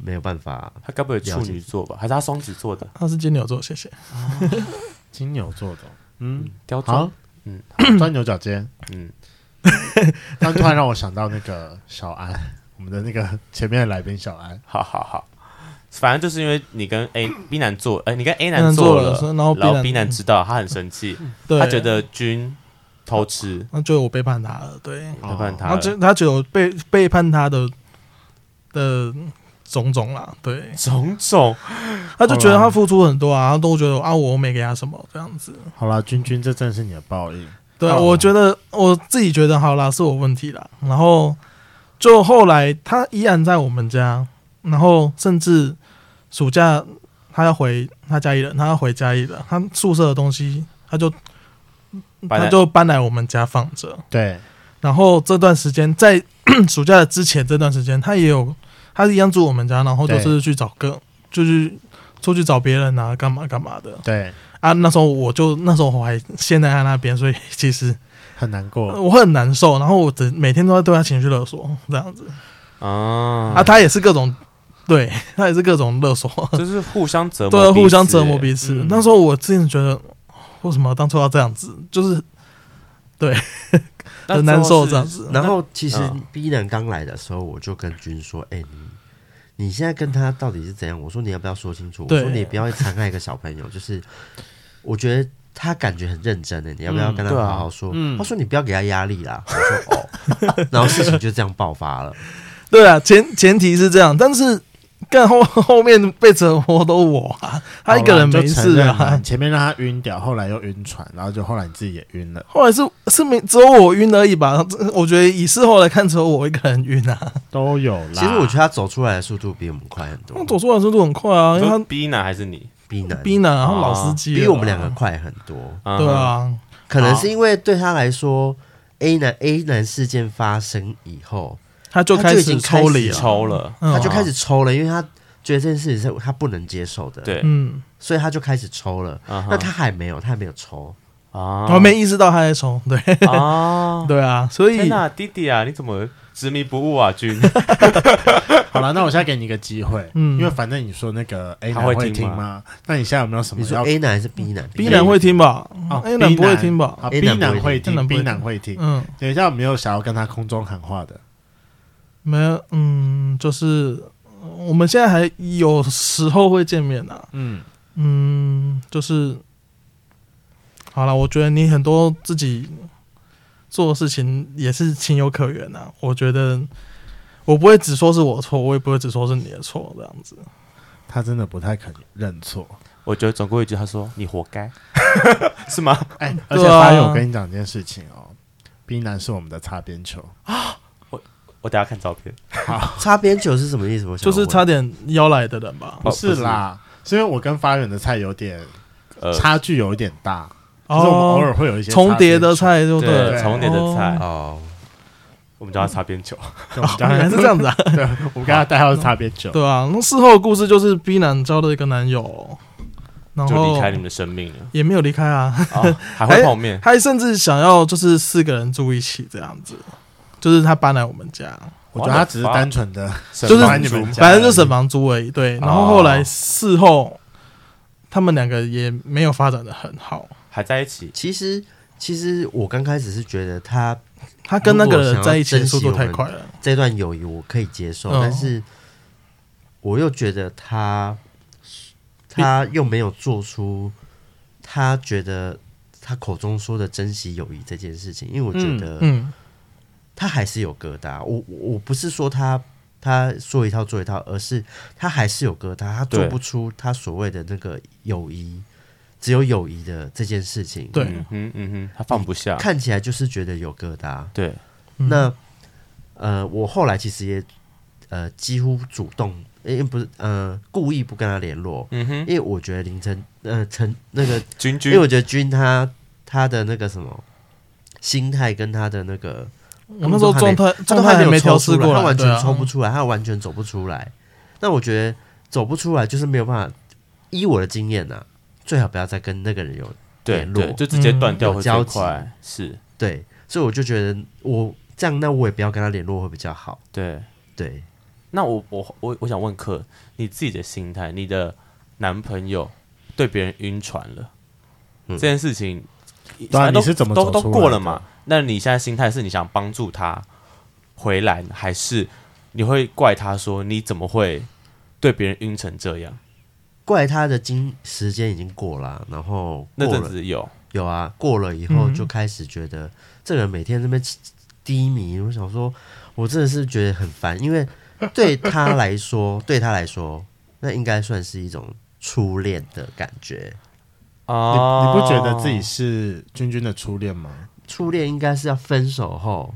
没有办法，
他该不会有处
了解
女座吧？还是他双子座的？
他是金牛座，谢谢。
金牛座的，嗯，
雕
好
钻，，嗯，
钻牛角尖，
嗯，
[laughs] 但突然让我想到那个小安，我们的那个前面的来宾小安，
好好好，反正就是因为你跟 A B 男做，呃，你跟 A
男
男
做了
了，
然
然
后 B 男嗯
B 男知道，他很生气，
对，
他觉得君偷吃，
那就我背叛他了，对。
背叛
然
他
后
了，
就哦他觉得我背背叛他的的种种啦，对，
种种，
他就觉得他付出很多啊，他都觉得啊我没给他什么这样子，
好啦，君君，这真的是你的报应。
对啊，
哦
我觉得我自己觉得好啦，是我问题啦。然后就后来他依然在我们家，然后甚至暑假他要回他家里人，他要回家里了，他宿舍的东西他就
搬来
嗯他就搬来我们家放着。
对，
然后这段时间在 [clears throat] 暑假的之前这段时间，他也有他一样住我们家，然后就
对
是去找个就是出去找别人啊，干嘛干嘛的
对，
啊。那时候我就那时候我还陷在他那边，所以其实
很难过。
我会很难受，然后我只每天都在对他情绪勒索这样子
啊
啊，，他也是各种，对他也是各种勒索，
就是互相折磨，
对，啊互相折磨，彼此
嗯。
那时候我真的觉得，为什么当初要这样子，就是
那
很难受这样
之后是
子
然后其实
嗯
B 男刚来的时候，我就跟君说：“哎、你你现在跟他到底是怎样？”我说：“你要不要说清楚？”我
对
说：“你不要残害一个小朋友。”就是我觉得他感觉很认真的，你要不要跟他
嗯对啊
好好说？
嗯
他说：“你不要给他压力啦。”我说：“哦。”然后事情就这样爆发了。
对啊，前前提是这样，但是 [laughs] 干后后面被折磨都我啊，他一个人
好啦
没
你就
事
承认啦
啊
你。前面让他晕掉，后来又晕船，然后就后来你自己也晕了，
后来是是没只有我晕而已吧，这我觉得以事后来看，只有我一个人晕啊。
都有啦。
其实我觉得他走出来的速度比我们快很
我
多
走出来的速度很快啊，
你
因为
说
他
B 男还是你？
，B 男
逼男，然后老司机了，啊
比我们两个快很多。
啊
对，啊，
可能是因为对他来说，A 男 A 男事件发生以后，
他就
他
开
就已经
始抽
开
离
始
了，
抽了，
嗯
他就开始抽了，因为他觉得这件事情是他不能接受的，，
对，
嗯。
所以他就开始抽了。
啊哈
那他还没有，他还没有抽，
啊
我还没意识到他在抽，对
啊，
[laughs] 对啊，所
天
以
哪，弟弟啊，你怎么执迷不悟啊，
[laughs]
君？
好了，那我现在给你一个机会，
嗯
因为反正你说那个 A
他
男
会
会
听
听
吗
吗？那你现在有没有什么
你说哎
要
A 男还是 B 男
嗯 B 男会听吧
哦
，A 男不会听吧？
啊
A
？B
男
男会
不
听
会
，B
听
男会听。
嗯，
等一下，有没有想要跟他空中喊话的？
没有，嗯，就是呃我们现在还有时候会见面啊，
嗯，
嗯，就是好了，我觉得你很多自己做的事情也是情有可原啊，我觉得。我不会只说是我错，我也不会只说是你的错，这样子。
他真的不太肯认错。
我觉得总归一句，他说你活
[laughs]
该，是吗？
哎，而且
对啊
发现我跟你讲一件事情哦，B 男是我们的擦边球，
我等下看照片。
擦边球是什么意思？我想
就
问
是差点邀来的人
哦
吧。
不是啦，是因为我跟发源的菜有点
呃，
差距有一点大，就
哦，
是我们偶尔会有一些
重叠的
擦边
菜，对不
对，重叠的
哦
菜，
哦，
我们叫它擦边球。
球，就我们
原来
刚
是
才
这
[laughs]
样子啊，
我们刚才代号是擦边球，
对啊。那事后的故事就是 B 男交了一个男友，然
就
后
离开你们的生命了，
也没有离开啊， [laughs]
哦、还会泡
哎
面，
他甚至想要就是四个人住一起这样子，就是他搬来我们家，
我觉得他只是单纯的
就是
把你们
反正就省房租而已。对，然后后来
哦
事后他们两个也没有发展的很好，
还在一起，
其实其实我刚开始是觉得他
他跟那个人在一起的速度太快了，
这段友谊我可以接受，
嗯
但是我又觉得他他又没有做出他觉得他口中说的珍惜友谊这件事情，因为我觉得
嗯，
他还是有疙瘩。我我我不是说他他说一套做一套，而是他还是有疙瘩，他做
对
不出他所谓的那个友谊，只有友谊的这件事情。
对
嗯哼嗯哼，他放不下，
看起来就是觉得有疙瘩。
对，
嗯
那呃，我后来其实也呃几乎主动，因为不是呃故意不跟他联络，
嗯哼，
因为我觉得林晨呃陈那个，
[laughs] 君
因为
君
我觉得君他他的那个什么心态跟他的那个
我那时候状态
他
状
都
态
还
还没
抽
调
出来，
试过来，
他完
对啊
全抽不出来，他完全走不出来。那我觉得走不出来就是没有办法，依我的经验呐、最好不要再跟那个人有
对
联络
对，就直接断掉
嗯
会
有交
最
集
快，是
对，所以我就觉得我这样，那我也不要跟他联络会比较好。
对，
对，
那我我我我想问克，你自己的心态，你的男朋友对别人晕船了、
嗯
这件事情，
对啊
反正都
你是怎么
都
走
都
出来
过
的
了嘛？那你现在心态是你想帮助他回来，还是你会怪他说你怎么会对别人晕成这样？
怪他的经时间已经过了啊，然后
那
过
阵
了
子有，
有啊，过了以后
嗯
就开始觉得、这个人每天这边低迷，我想说，我真的是觉得很烦，因为对他来说， [laughs] 对他来说，那应该算是一种初恋的感觉。
你
哦
你不觉得自己是君君的初恋吗？
初恋应该是要分手后，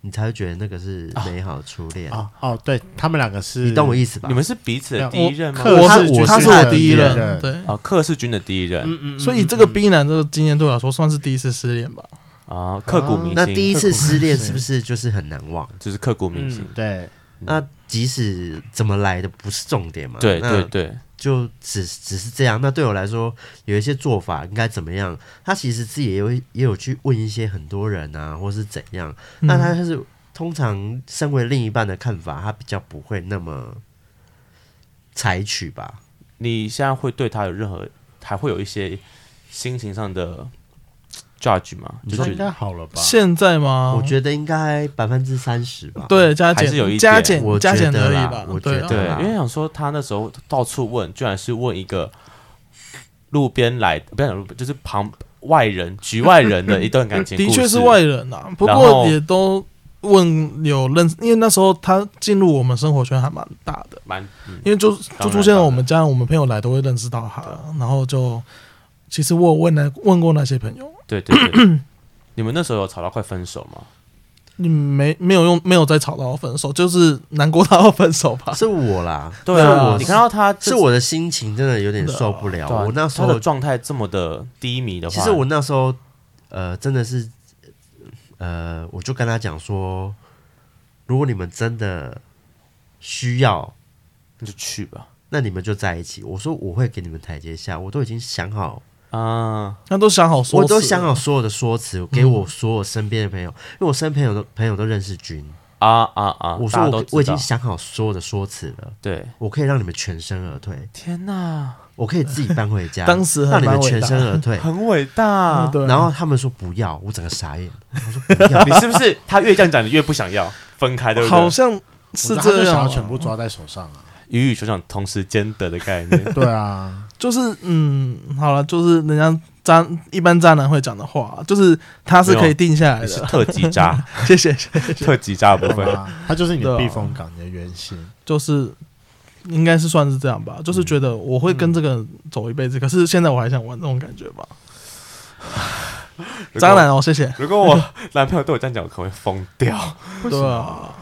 你才会觉得那个是美好的初恋，
哦哦，对他们两个是，
你懂我意思吧？
你们啊是彼此的第
没有
一任吗？
克
我
他
是
我
他
是
是
他
我
的
第
第
一
一
任，
任
对，
啊，克是君的第一任
嗯
所以这个 B 男这个经验对我来说算是第一次失恋吧。
啊，刻骨铭
那
心，
第一次失恋
是
是不是就是很难忘？
就是刻骨铭心
嗯，。对，
那即使怎么来的不是重点嘛？
对
那
对对，
就只只是这样。那对我来说，有一些做法应该怎么样？他其实自己也有也有去问一些很多人啊，或是怎样。
嗯
那他就是通常身为另一半的看法，他比较不会那么采取吧。
你现在会对他有任何，还会有一些心情上的 judge 吗？就
说
觉
应该
得
好了吧？
现在吗？
哦
我觉得应该百分之三十吧。，
对加
还是有一点
减加减
我觉
加
得
减而已
啦
吧
我，觉
对啊
得
对
啦，
因为想说他那时候到处问，居然是问一个路边来，不要讲路边，就是旁外人、局外人的一段感情故
的
事，
确是外人啊，不
然后
过也都问有认识，因为那时候他进入我们生活圈还蛮大的，
蛮。嗯
因为就
当
就
然
出现
当
了
然
我们家人、我们朋友来都会认识到他，然后就其实我有问那问过那些朋友，
对对对，你们那时候有吵到快分手吗？
你没没有用没有再吵到分手，就是难过到分手吧。
是我啦，
对
那
啊，
我
你看到他这
是我的心情真的有点受不了。
对啊
我那时候
他的状态这么的低迷的话，
其实我那时候，呃，真的是，呃，我就跟他讲说，如果你们真的需要，
那就去吧。
那你们就在一起。我说我会给你们台阶下，我都已经想好，
啊，
他都想好说，
我都想，好所有的说辞，给我所有身边的朋友，因为我身边朋友都朋友都认识君，
啊啊啊！
我
大
说
家都知
我
道
我已经想好所有的说辞了。
对，
我可以让你们全身而退，
天哪，。
我可以自己搬回家，
[laughs] 当时
让
还
你
蛮
们
伟
全
大嗯
身而退
[laughs] 很伟大。
对，
然后他们说不要，我整个傻眼，我说不要，
你是不是他越这样讲，你越不想要分开，对不对？
好像是
我觉得他
这
就想
样
要
啊，
全部抓在手上啊。。
鱼与熊掌同时兼得的概念
对啊，
就是嗯，好了，就是人家渣一般渣男会讲的话，就是他是可以定下来
你是
的。
特级渣， [laughs]
谢谢，谢谢
特级渣的部
懂
分。
吗他就是你的
对啊
避风港，你的原型。
就是应该是算是这样吧，就是觉得我会
嗯
跟这个人走一辈子，可是现在我还想玩这种感觉吧。渣男哦，谢谢。
如果我男朋友对我这样讲，我可能会疯掉。 [laughs]
对啊，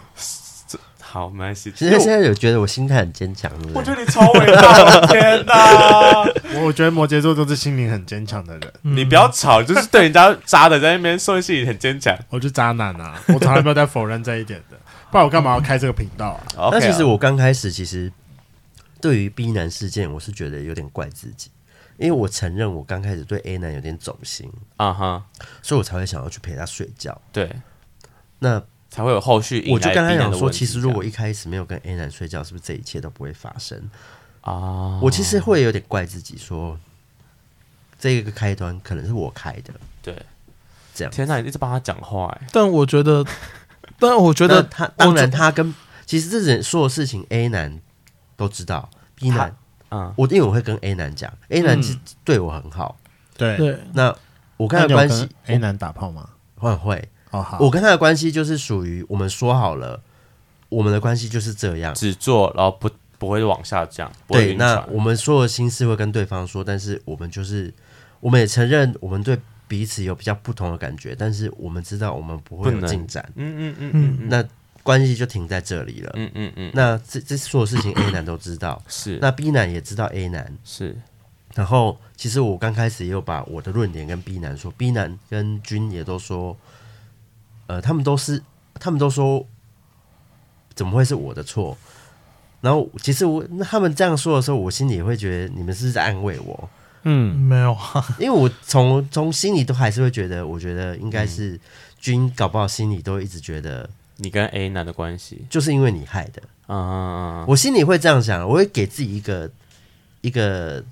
好，没关系。
现在现在有觉得我心态很坚强，对不
我觉得
对？
你超伟大，我的天哪！
我我觉得摩羯座都是心灵很坚强的人，
嗯
你不要吵，就是对人家渣的在那边说自己很坚强。
我就渣男啊，我从来没有在否认这一点的，不然我干嘛要开这个频道啊？
OK 啊
那其实我刚开始其实对于 B 男事件，我是觉得有点怪自己，因为我承认我刚开始对 A 男有点走心，
啊哈，
所以我才会想要去陪他睡觉。
对，
那
才会有后续引来
我就跟他
避难
讲
的
说，
问题啊
其实如果一开始没有跟 A 男睡觉，是不是这一切都不会发生？
啊，
我其实会有点怪自己说，这个开端可能是我开的，
对，
这样。
天哪，你一直帮他讲话哎。
但我觉
[laughs]
得，但我觉
觉得
得
他
我
当
觉
然他跟其实这人所有事情 A 男都知道，B
他
男
嗯，
我因为我会跟 A 男讲，A 男
嗯
是对我很好，
[laughs] 对，
对
那我跟
那
他
你
的
有
关
跟
系
A 男打炮吗？
会会，
哦好，
我跟他的关系就是属于我们说好了，我们的关系就是这样。
只做，然后不不会往下降，不会
对，
晕
那
船。
我们所有心事会跟对方说，但是我们就是，我们也承认我们对彼此有比较不同的感觉，但是我们知道我们不会
不
有
能
进展，
嗯嗯嗯嗯嗯
那关系就停在这里了。
嗯嗯嗯，
那这这所有事情 A 男都知道，
是
那 B 男也知道 A 男，
是
然后其实我刚开始也有把我的论点跟 B 男说，B 男跟君也都说，呃，他们都是他们都说，怎么会是我的错？然后其实我那他们这样说的时候，我心里也会觉得你们是不是在安慰我，
嗯，
没有啊， [laughs]
因为我从从心里都还是会觉得，我觉得应该
嗯
是君搞不好心里都一直觉得
你跟 A 男的关系
就是因为你害的，
啊嗯嗯嗯
我心里会这样想，我会给自己一个一个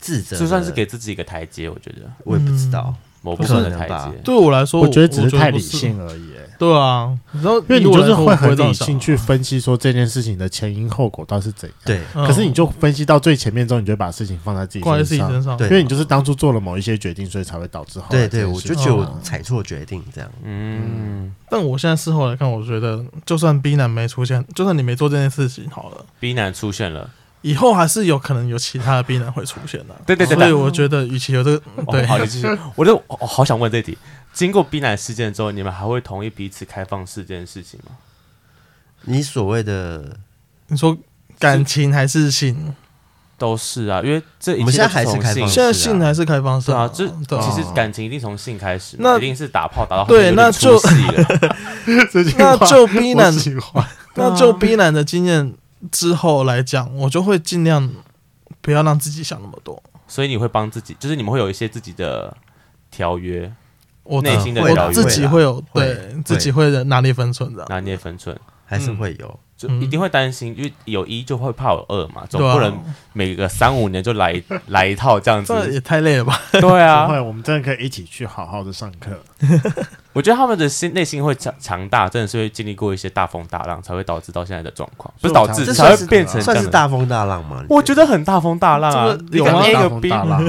自责
嗯，
的，
就算是给自己一个台阶，我觉得
我也不知道，
某部分的
不可能
台
吧
阶。
对我来说，
我觉得只是太理
不
性而已、欸
对啊，然后因
因为你就是会啊很理性去
去，
分析说这件事情的前因后果到底是怎样。
对
嗯
可是你就分析到最前面之后，你就会把事情放在自己
挂在
身
自己
上，
身上，
对
因为你就是当初做了某一些决定，所以才会导致后来
对
这件
对，
哦
事情。
我就觉得我踩错决定这样，
嗯
但我现在事后来看，我觉得就算 B 男没出现，就算你没做这件事情好了，
，B 男出现了，
以后还是有可能有其他的 B 男会出现的、
对对对对
所以我觉得，与其有这个，嗯
哦，
对，
好，你
[laughs]
继续。我就我好想问这题：经过 B 男事件之后，你们还会同意彼此开放式这件事情吗？
你所谓
嗯
的
你说感情还是性，
都是啊，因为这一
我们
切
现在
都
还是
从
开
性
放式
现在性还是开放式
对啊，
啊？
这
对
其
啊，
实感情一定从性开始嘛，
那
一定是打炮打到后面
对
有
那
点出
就
戏了。
这句
那
话
就 B
我
男，
喜欢
那就 B 男的经验之后来讲，我就会尽量不要让自己想那么多。
所以你会帮自己，就是你们会有一些自己的条约，
我
内心的疗
我
愈
自己会有
会
对自己会的拿捏分寸的，
拿捏分寸，
还是会有，
就
嗯
一定会担心，因为有一就会怕有二嘛，总
对啊
不能每个三五年就来一来一套这样
[laughs] 这
子。
也太累了吧？
对
不
啊，
会，我们真的可以一起去好好的上课。
我觉得他们的心内心会强强大，真的是会经历过一些大风大浪，才会导致到现在的状况，
所
不
以
是导
我才
致
这
才
算
会
是
嗯
变成这
啊算
样
是
的。
大风大浪嘛？
我觉得很大风大浪啊
这！个
你
有
敢
吗
跟一
大
个
风
B，
大浪，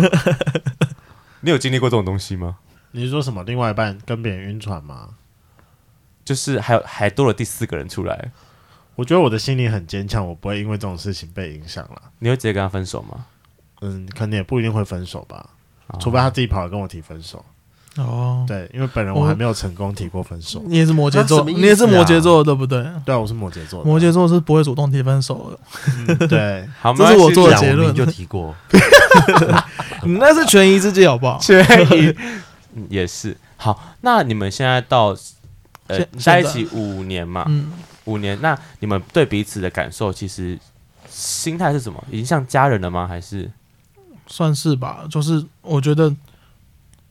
你有经历过这种东西吗？
[laughs] 你是说什么？另外一半跟别人晕船吗？
就是还有还多了第四个人出来，
我觉得我的心灵很坚强，我不会因为这种事情被影响了。
你会直接跟他分手吗？
嗯，可能也不一定会分手吧，
哦
除非他自己跑来跟我提分手。
哦，
对，因为本人
我
我还没有成功提过分手。
你也是摩羯
啊
座，
什么意思啊
你也是摩羯座对不对？
对啊，我是摩羯座的。
摩羯座是不会主动提分手的，
嗯对，
好，
这是我做
对
的
啊，我
结
明
论
明就提
[laughs]
过，
你那是权宜之计好不好？
缺一，嗯也是好。那你们现在到呃
现
在一
现
起五年嘛，
嗯，
五年，那你们对彼此的感受，其实心态是什么？已经像家人了吗？还是
算是吧。就是我觉得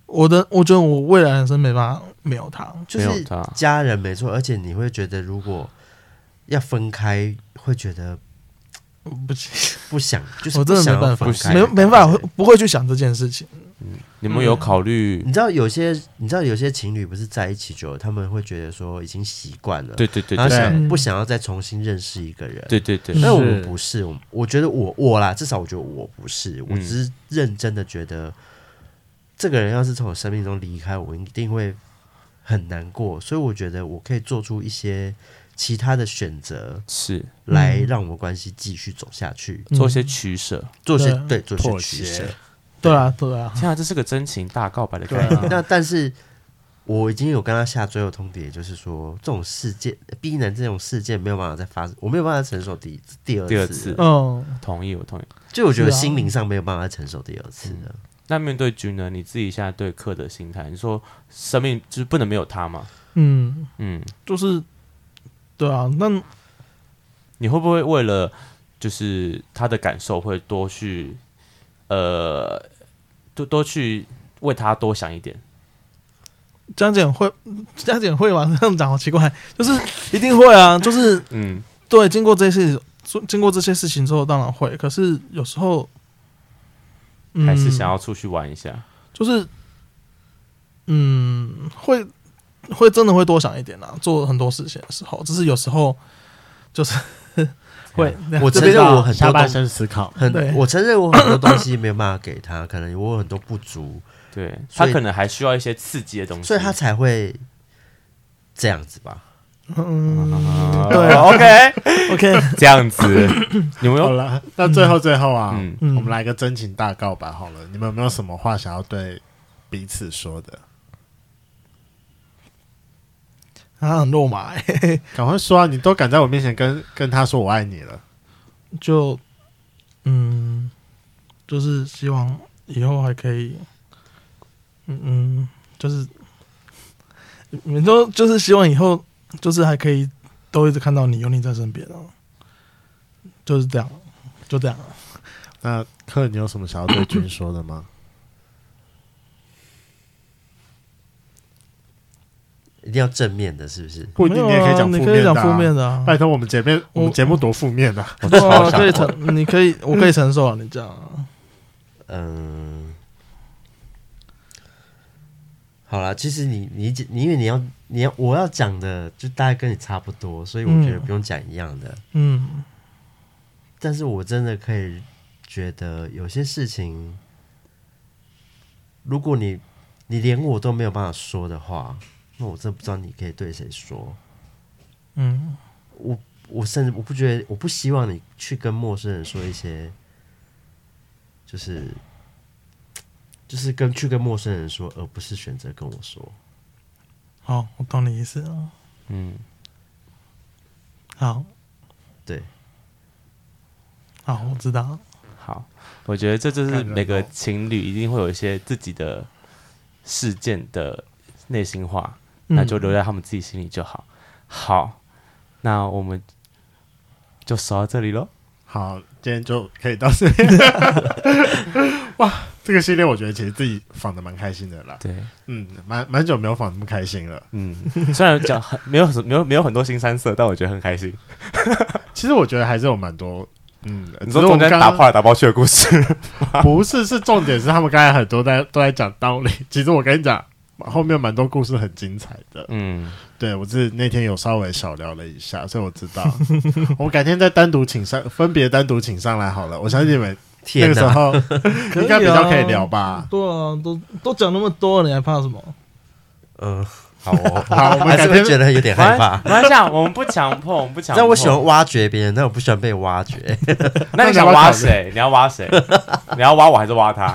我的，我觉得我未来人生没办法没有他，
就
没有
是
他？
家人没错，而且你会觉得如果要分开，会觉得
不行，
不想，就是
我
不
真的
想
没
要
办法
分开，
没没办法会，不会去想这件事情。
你们有
嗯
考虑？
嗯
你知道有些，你知道有些情侣不是在一起久了，他们会觉得说已经习惯了，
对对对
然后
对
想
对
不想要再重新认识一个人。，
对对对，
啊嗯
但我
是
们不是，我我觉得我我啦，至少我觉得我不是，我
嗯
只是认真的觉得，这个人要是从我生命中离开，我一定会很难过，所以我觉得我可以做出一些其他的选择，
是
来
嗯
让我们关系继续走下去，
嗯
做一些取舍。
做些
对啊
对做些
妥
取
协
舍。
对啊，对啊，
天啊，这是个真情大告白的
对
概
啊
念。
那但是我已经有跟他下最后通牒，就是说这种事件逼男这种事件没有办法再发生，我没有办法承受第一第二次
第
了
二次
嗯，
同意，我同意。
就我觉得
是啊
心灵上没有办法再承受第二次了。
那面对君呢？你自己现在对课的心态，你说生命就是不能没有他嘛？
嗯，
嗯，
就是对啊，那
你会不会为了就是他的感受，会多去呃，多多去为他多想一点？
江姐会，江姐会吗？这样讲好奇怪，就是一定会啊，就是
嗯，
对，经过这些，做经过这些事情之后，当然会。可是有时候，嗯
还是想要出去玩一下？
就是，嗯，会会真的会多想一点啦、啊做很多事情的时候，只是有时候就是 [laughs] 会，
[laughs]
我
这
承
边
认
让
我很
下
多
半
东
身思考。
对
很，我承认我很多东西没有办法给他，可能我有很多不足，
嗯
对他
所以
可能还需要一些刺激的东西，
所以他才会这样子吧。
嗯，
对
啊
OK
[laughs] ，OK，
这样子，你们
[laughs] 好
有
了，那最后最后啊，
嗯
嗯
我们来个真情大告白好了。你们有没有什么话想要对彼此说的？
[laughs] 他很肉麻、欸，
赶快说啊！你都敢在我面前跟跟他说我爱你了，
就嗯，就是希望以后还可以，嗯嗯，就是你们都就是希望以后就是还可以都一直看到你有你在身边啊，就是这样，就这样。啊
那克，你有什么想要对君说的吗？
一定要正面的，是不是？
不一定，你也可以讲
没
负
有啊你可
面
以
的、哎
讲负面的啊。
拜托，我们节目我们节目多负面啊！
我
对
超
啊，
想
可以承，你可以，我可以承受啊，你这样啊。
嗯，好啦，其实你你你因为你要你要我要讲的就大概跟你差不多，所以我觉得
嗯
不用讲一样的。
嗯，
但是我真的可以觉得有些事情，如果你你连我都没有办法说的话，那我真的不知道你可以对谁说。
嗯，
我我甚至我不觉得，我不希望你去跟陌生人说一些，就是就是跟去跟陌生人说，而不是选择跟我说。
好，我懂你意思了。
嗯，
好，
对，
好，我知道了。
好，我觉得这就是
感人
每个
哦
情侣一定会有一些自己的事件的内心话，
嗯
那就留在他们自己心里就好。好，那我们就说到这里喽。
好，今天就可以到这
[laughs]
里。哇，这个系列我觉得其实自己仿的蛮开心的啦。
对，
嗯，蛮蛮久没有仿那么开心了。
嗯， [laughs] 虽然讲很没有很没有没有很多新三色，但我觉得很开心。
其实我觉得还是有蛮多。嗯，
你
只
说
是我
中
们
间
刚
打
刚
破来打破去的故事，
不是，是重点是他们刚才很多在都在讲道理。其实我跟你讲，后面蛮多故事很精彩的。
[laughs] [laughs] 嗯，
对我是那天有稍微小聊了一下，所以我知道。我们改天再单独请上，分别单独请上来好了。我相信你们那
天
个时
哪！
候
可以啊
应该比较 [laughs] 可以聊吧。
对啊，都都讲那么多了，你还怕什么？
呃，
好、哦，
[laughs] 好，我们
还
改
是会
天
觉得有点害怕。
没关系啊，我们不强迫，我们不强
但
迫。
我喜欢挖掘别人，但我不喜欢被挖掘。
那你想挖谁？你要挖 [laughs] 谁？你要挖我还是挖他？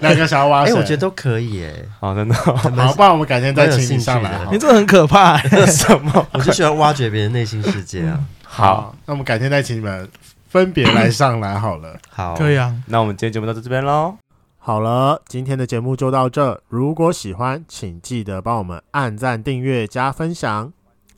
两个小蛙
哎、
水。
我觉得都可以哎、
哦，真的哦 [laughs]
好，不然我们改天再请你上来
蛮有兴趣的
好了。
你这很可怕欸、
什么？
我就喜欢挖掘别人内心世界啊。
嗯
好，，
那我们改天再请你们分别来上来好了。
好，
可以啊，
那我们今天节目到这边喽。
[coughs] 好了，今天的节目就到这。如果喜欢，请记得帮我们按赞、订阅、加分享。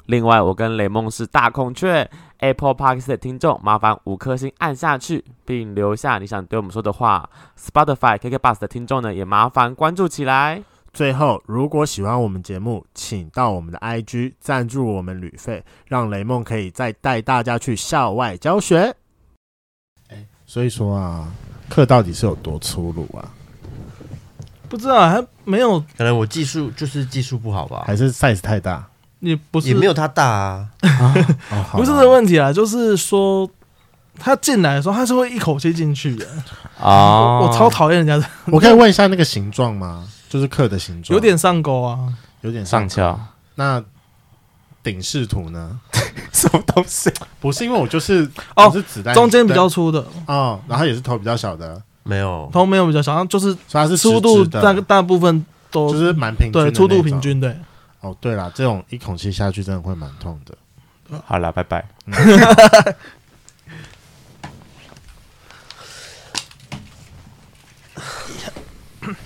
另外，我跟雷梦是大孔雀 Apple Park 的听众，麻烦五颗星按下去，并留下你想对我们说的话。Spotify KK Bus 的听众呢，也麻烦关注起来。
最后，如果喜欢我们节目，请到我们的 IG 赞助我们旅费，让雷梦可以再带大家去校外教学。哎所以说啊，课到底是有多粗鲁啊？
不知道还没有，
可能我技术就是技术不好吧，
还是 size 太大？
也不
也
是
没有他大啊。
哦，好
不是
啦
这个问题啊，就是说他进来的时候，他是会一口气进去的。
啊哦
我我超讨厌人家这
我可以问一下那个形状吗？就是课的形状，
有点上钩啊，
有点上。
上翘，
那顶视图呢？
[laughs] 什么东西？
不是因为我就是
哦
我是子弹
中间比较粗的，
哦，然后也是头比较小的，
没有，
头没有比较小，然后就是
所以它是
粗
直
度
直的
大大部分都
就是蛮平均的
对
那
粗
种，
度平均对。
哦，对啦，这种一口气下去真的会蛮痛的。
好了，拜拜。